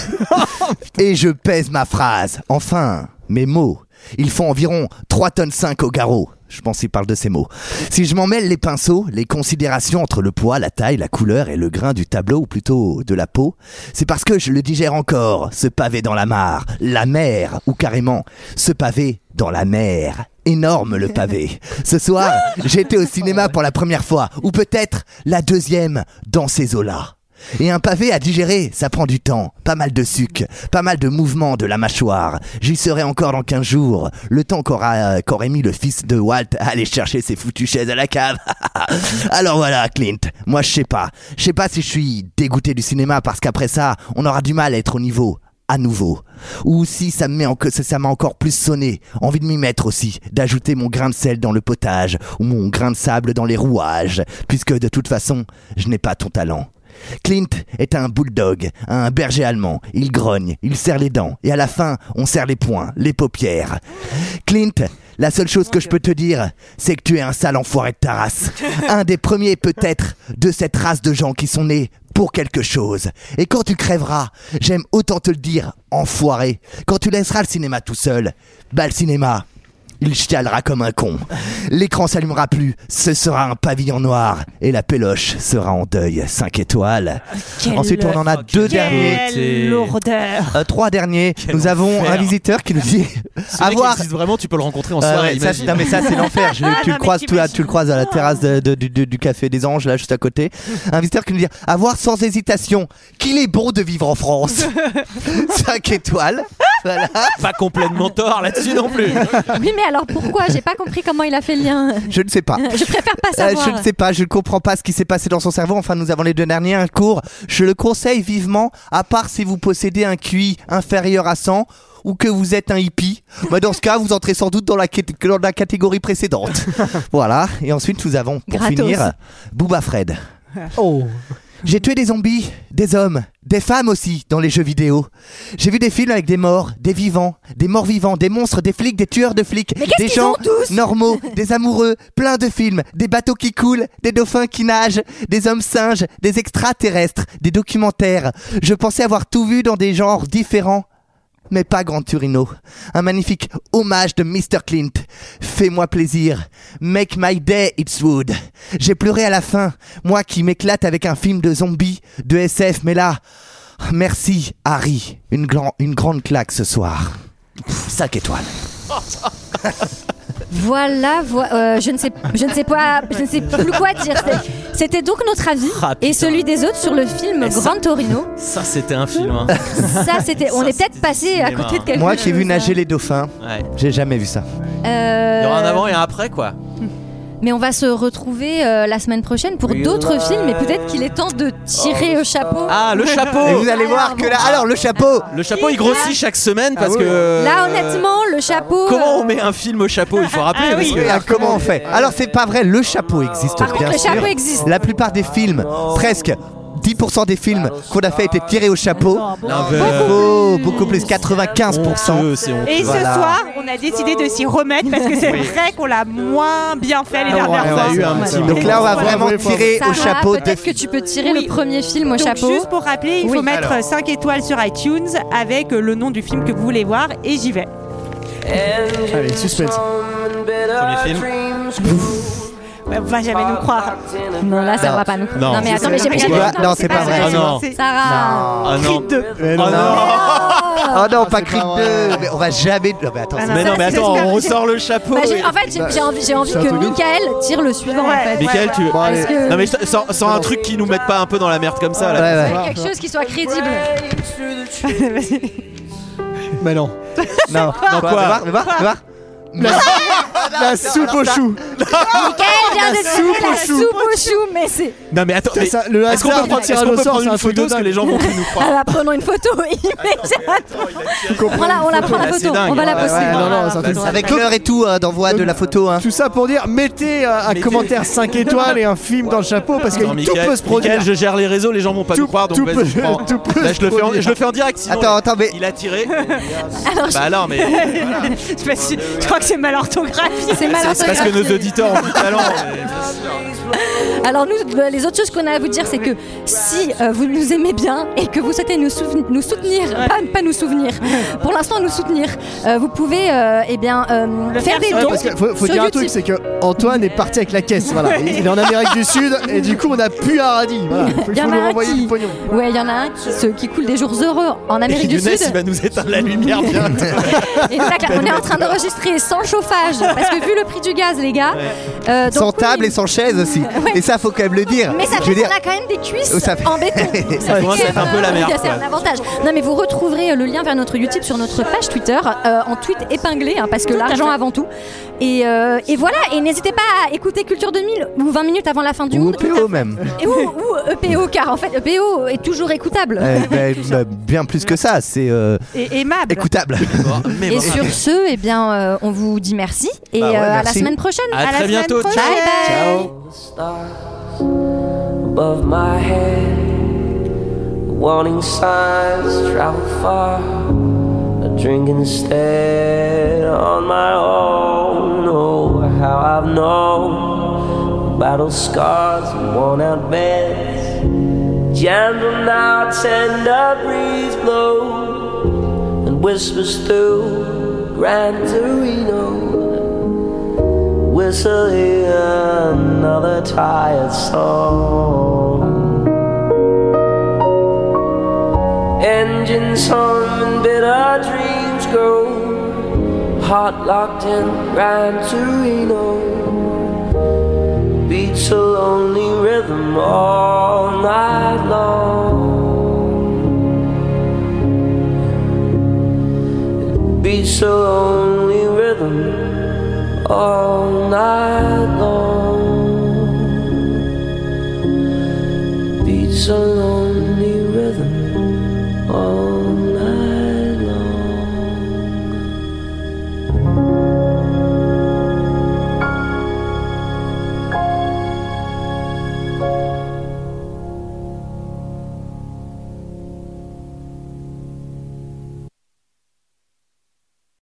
Et je pèse ma phrase. Enfin, mes mots. Ils font environ 3 tonnes 5 au garrot. Je pense qu'il parle de ces mots. Si je m'en mêle les pinceaux, les considérations entre le poids, la taille, la couleur et le grain du tableau, ou plutôt de la peau, c'est parce que je le digère encore, ce pavé dans la mare, la mer, ou carrément, ce pavé dans la mer. Énorme le pavé. Ce soir, j'étais au cinéma pour la première fois, ou peut-être la deuxième dans ces eaux-là. Et un pavé à digérer, ça prend du temps, pas mal de suc, pas mal de mouvements de la mâchoire. J'y serai encore dans 15 jours, le temps qu'aura, euh, qu'aurait mis le fils de Walt à aller chercher ses foutues chaises à la cave. Alors voilà, Clint, moi je sais pas. Je sais pas si je suis dégoûté du cinéma parce qu'après ça, on aura du mal à être au niveau. à nouveau. Ou si ça me met en- ça- ça m'a encore plus sonné, envie de m'y mettre aussi, d'ajouter mon grain de sel dans le potage, ou mon grain de sable dans les rouages, puisque de toute façon, je n'ai pas ton talent. Clint est un bulldog, un berger allemand. Il grogne, il serre les dents, et à la fin, on serre les poings, les paupières. Clint, la seule chose que je peux te dire, c'est que tu es un sale enfoiré de ta race. Un des premiers, peut-être, de cette race de gens qui sont nés pour quelque chose. Et quand tu crèveras, j'aime autant te le dire, enfoiré, quand tu laisseras le cinéma tout seul, bah le cinéma, il chialera comme un con. L'écran s'allumera plus, ce sera un pavillon noir et la péloche sera en deuil. 5 étoiles.
Quelle-
Ensuite, on en a deux derniers.
Quelle lourdeur.
Euh, trois derniers. nous avons
enfer.
un visiteur qui nous dit
Ce mec
avoir.
existe vraiment, tu peux le rencontrer en
Ah
Euh,
soirée.
ouais, ça,
imagine.
non mais ça c'est l'enfer. Je- tu, le croises, tu, la- tu le croises à la terrasse de- de- du, du- du café des Anges là juste à côté. Un visiteur qui nous dit avoir sans hésitation qu'il est bon de vivre en France. 5 étoiles. Voilà.
Pas complètement tort là-dessus non plus.
Oui, mais alors pourquoi J'ai pas compris comment il a fait le lien.
Ah. Je ne sais pas.
Je préfère pas
Euh,
savoir.
je ne sais pas, je ne comprends pas ce qui s'est passé dans son cerveau. Enfin, nous avons les deux derniers, un cours. Je le conseille vivement, à part si vous possédez un QI inférieur à 100 ou que vous êtes un hippie. Bah, dans ce cas, vous entrez sans doute dans la, quét- dans la catégorie précédente. voilà. Et ensuite, nous avons, pour
Gratos.
finir, Booba Fred.
Oh.
J'ai tué des zombies, des hommes, des femmes aussi dans les jeux vidéo. J'ai vu des films avec des morts, des vivants, des morts vivants, des monstres, des flics, des tueurs de flics,
Mais qu'est-ce
des
qu'ils
gens
ont tous
normaux, des amoureux, plein de films, des bateaux qui coulent, des dauphins qui nagent, des hommes singes, des extraterrestres, des documentaires. Je pensais avoir tout vu dans des genres différents. Mais pas Grand Turino. Un magnifique hommage de Mr. Clint. Fais-moi plaisir. Make my day, it's wood. J'ai pleuré à la fin. Moi qui m'éclate avec un film de zombies, de SF, mais là. Merci, Harry. Une, grand- une grande claque ce soir. 5 étoiles.
Voilà, voi- euh, je ne sais, je ne sais pas, je ne sais plus quoi dire. C'est- C'était donc notre avis
Ah,
et celui des autres sur le film
Eh, ça-
Grand Torino.
Ça, c'était un film. hein.
Ça, c'était, on est peut-être passé à
cinéma,
côté de
hein.
quelque
Moi qui ai vu
chose,
nager les dauphins, j'ai jamais vu ça.
hein. Euh,
Il y aura un avant et un après, quoi.
Mais on va se retrouver euh, la semaine prochaine pour d'autres films et peut-être qu'il est temps de tirer au chapeau.
Ah, le chapeau
Et vous allez voir que là. Alors, le chapeau
Le chapeau, il grossit chaque semaine parce
Ah oui.
que. euh,
Là, honnêtement, le chapeau.
Ah,
euh,
Comment on met un film au chapeau Il faut rappeler. parce que-
Ah, comment on fait Alors c'est pas vrai, le chapeau existe.
Par contre,
bien
le
sûr.
chapeau existe.
La plupart des films, presque 10% des films qu'on a fait étaient tirés au chapeau. Bravo, beaucoup plus, 95%.
Et
hein,
Voilà.
ce soir, on a décidé de s'y remettre parce que c'est
Oui.
vrai qu'on l'a moins bien fait les
Ah,
dernières
ouais,
fois.
on a eu un petit Donc là, on va vraiment tirer au
Sarah,
chapeau
Peut-être que tu peux tirer le premier film au
Donc,
chapeau.
Juste pour rappeler, il
Oui.
faut mettre
Alors.
5 étoiles sur iTunes avec euh, le nom du film que vous voulez voir et j'y vais.
Allez, suspense.
Premier film.
On va jamais nous croire.
Non, là, ça
Non.
va pas nous.
Non.
mais attends, mais j'ai
Tu
regardé.
vois, non, c'est pas vrai.
ça.
Ah non.
Sarah.
Ah non.
Oh non, oh non, pas Creed
Ah,
2 Mais on va jamais. Non, mais attends,
Ah
c'est-
non, Mais non, ça, mais c'est attends, j'espère on que j'ai- ressort
le chapeau.
Bah, j'ai- en fait, j'ai- j'ai envie, j'ai envie
C'est un
que
truc de ouf.
Michael tire le suivant. en fait.
Michael, tu veux.
Parce que-
Non, mais je- sans, sans un truc qui nous mette pas un peu dans la merde comme ça. Là.
quelque chose qui soit crédible.
Mais non.
Non,
Non, quoi
Mais voir, mais voir, mais voir.
La, la soupe au chou.
Michael vient de
La
tirer
soupe
la
au chou.
soupe au chou, mais c'est.
Non, mais attends.
C'est
mais-
ça, le
Est-ce qu'on
hasard Ah,
peut prendre,
du tirage
est-ce qu'on
au sort,
peut prendre
c'est un
une
truc
photo parce que
dingue.
les gens vont plus nous
Ah
croire
bah, prenons une photo immédiatement. On la, on la prend la
Là, c'est
photo, on
dingue.
va la
Ouais,
poster.
ouais,
On
non,
va
non,
la
ça
poster.
fait-
Avec l'heure et tout, euh, d'envoi de la photo. hein.
Tout ça pour dire, mettez euh, un commentaire 5 étoiles et un film dans le chapeau parce que
Attends,
tout
Michael,
peut se produire.
Michael, je gère les réseaux, les gens vont pas nous croire donc
tout
vas-y,
peut-
prends.
tout peut
Là, je le, fais en,
produire.
je le fais en direct sinon
Attends,
il-
attends, mais-
Il a tiré.
Alors, je-
bah alors, mais.
Je me suis- je crois que c'est mal orthographié.
C'est mal
C'est parce que nos auditeurs ont du talent.
Alors nous, le- les autres choses qu'on a à vous dire, c'est que si euh, vous nous aimez bien et que vous souhaitez nous, souven- nous soutenir, pas, pas nous souvenir, pour l'instant nous soutenir, euh, vous pouvez euh, eh bien euh, faire des
Ouais,
dons
parce que faut, faut
sur
dire un
YouTube.
truc, c'est que Antoine est parti avec la caisse. Voilà, il il est en Amérique du Sud et du coup on a pu à radis. Voilà, faut,
Il y
faut
en
lui
a un
renvoyer du
qui,
pognon.
ouais, il y en a un qui, se- qui coule des jours heureux en Amérique du
Younes,
Sud.
il va nous éteindre la lumière bientôt.
Et là, on est en train d'enregistrer sans chauffage parce que vu le prix du gaz, les gars,
Ouais.
Euh, donc
sans
oui.
table et sans chaise aussi.
Ouais.
Et ça, faut quand même le dire.
Mais ça
Je
fait
veux
qu'on
dire-
a quand même des cuisses
Oh, ça fait-
en béton.
Ça commence à être un peu la merde,
merde. C'est un
quoi.
avantage. Non, mais vous retrouverez euh, le lien vers notre YouTube sur notre page Twitter euh, en tweet épinglé, hein, parce que l'argent avant tout. Et, euh, et voilà, et n'hésitez pas à écouter Culture 2000 ou 20 minutes avant la fin du
Ou E
monde.
EPO même.
Et- ou, ou EPO, car en fait, EPO est toujours écoutable.
Eh ben, bah, bien plus que ça, c'est euh,
Et aimable.
écoutable.
et sur ce, eh bien, euh, on vous dit merci et
Bah ouais,
euh, à la
merci.
semaine prochaine.
À
la
très
semaine
bientôt.
prochaine.
Ciao.
Bye bye.
above my head. Warning signs travel far. I drink instead on my own. Oh, how I've known battle scars and worn out beds. Gentle nights and a breeze blow and whispers through Gran Torino. Whistle here another tired song. Engines hum and bitter dreams go. Heart locked in Gran Torino. Beats a lonely rhythm all night long. Beats a lonely rhythm all night long. Beats alone.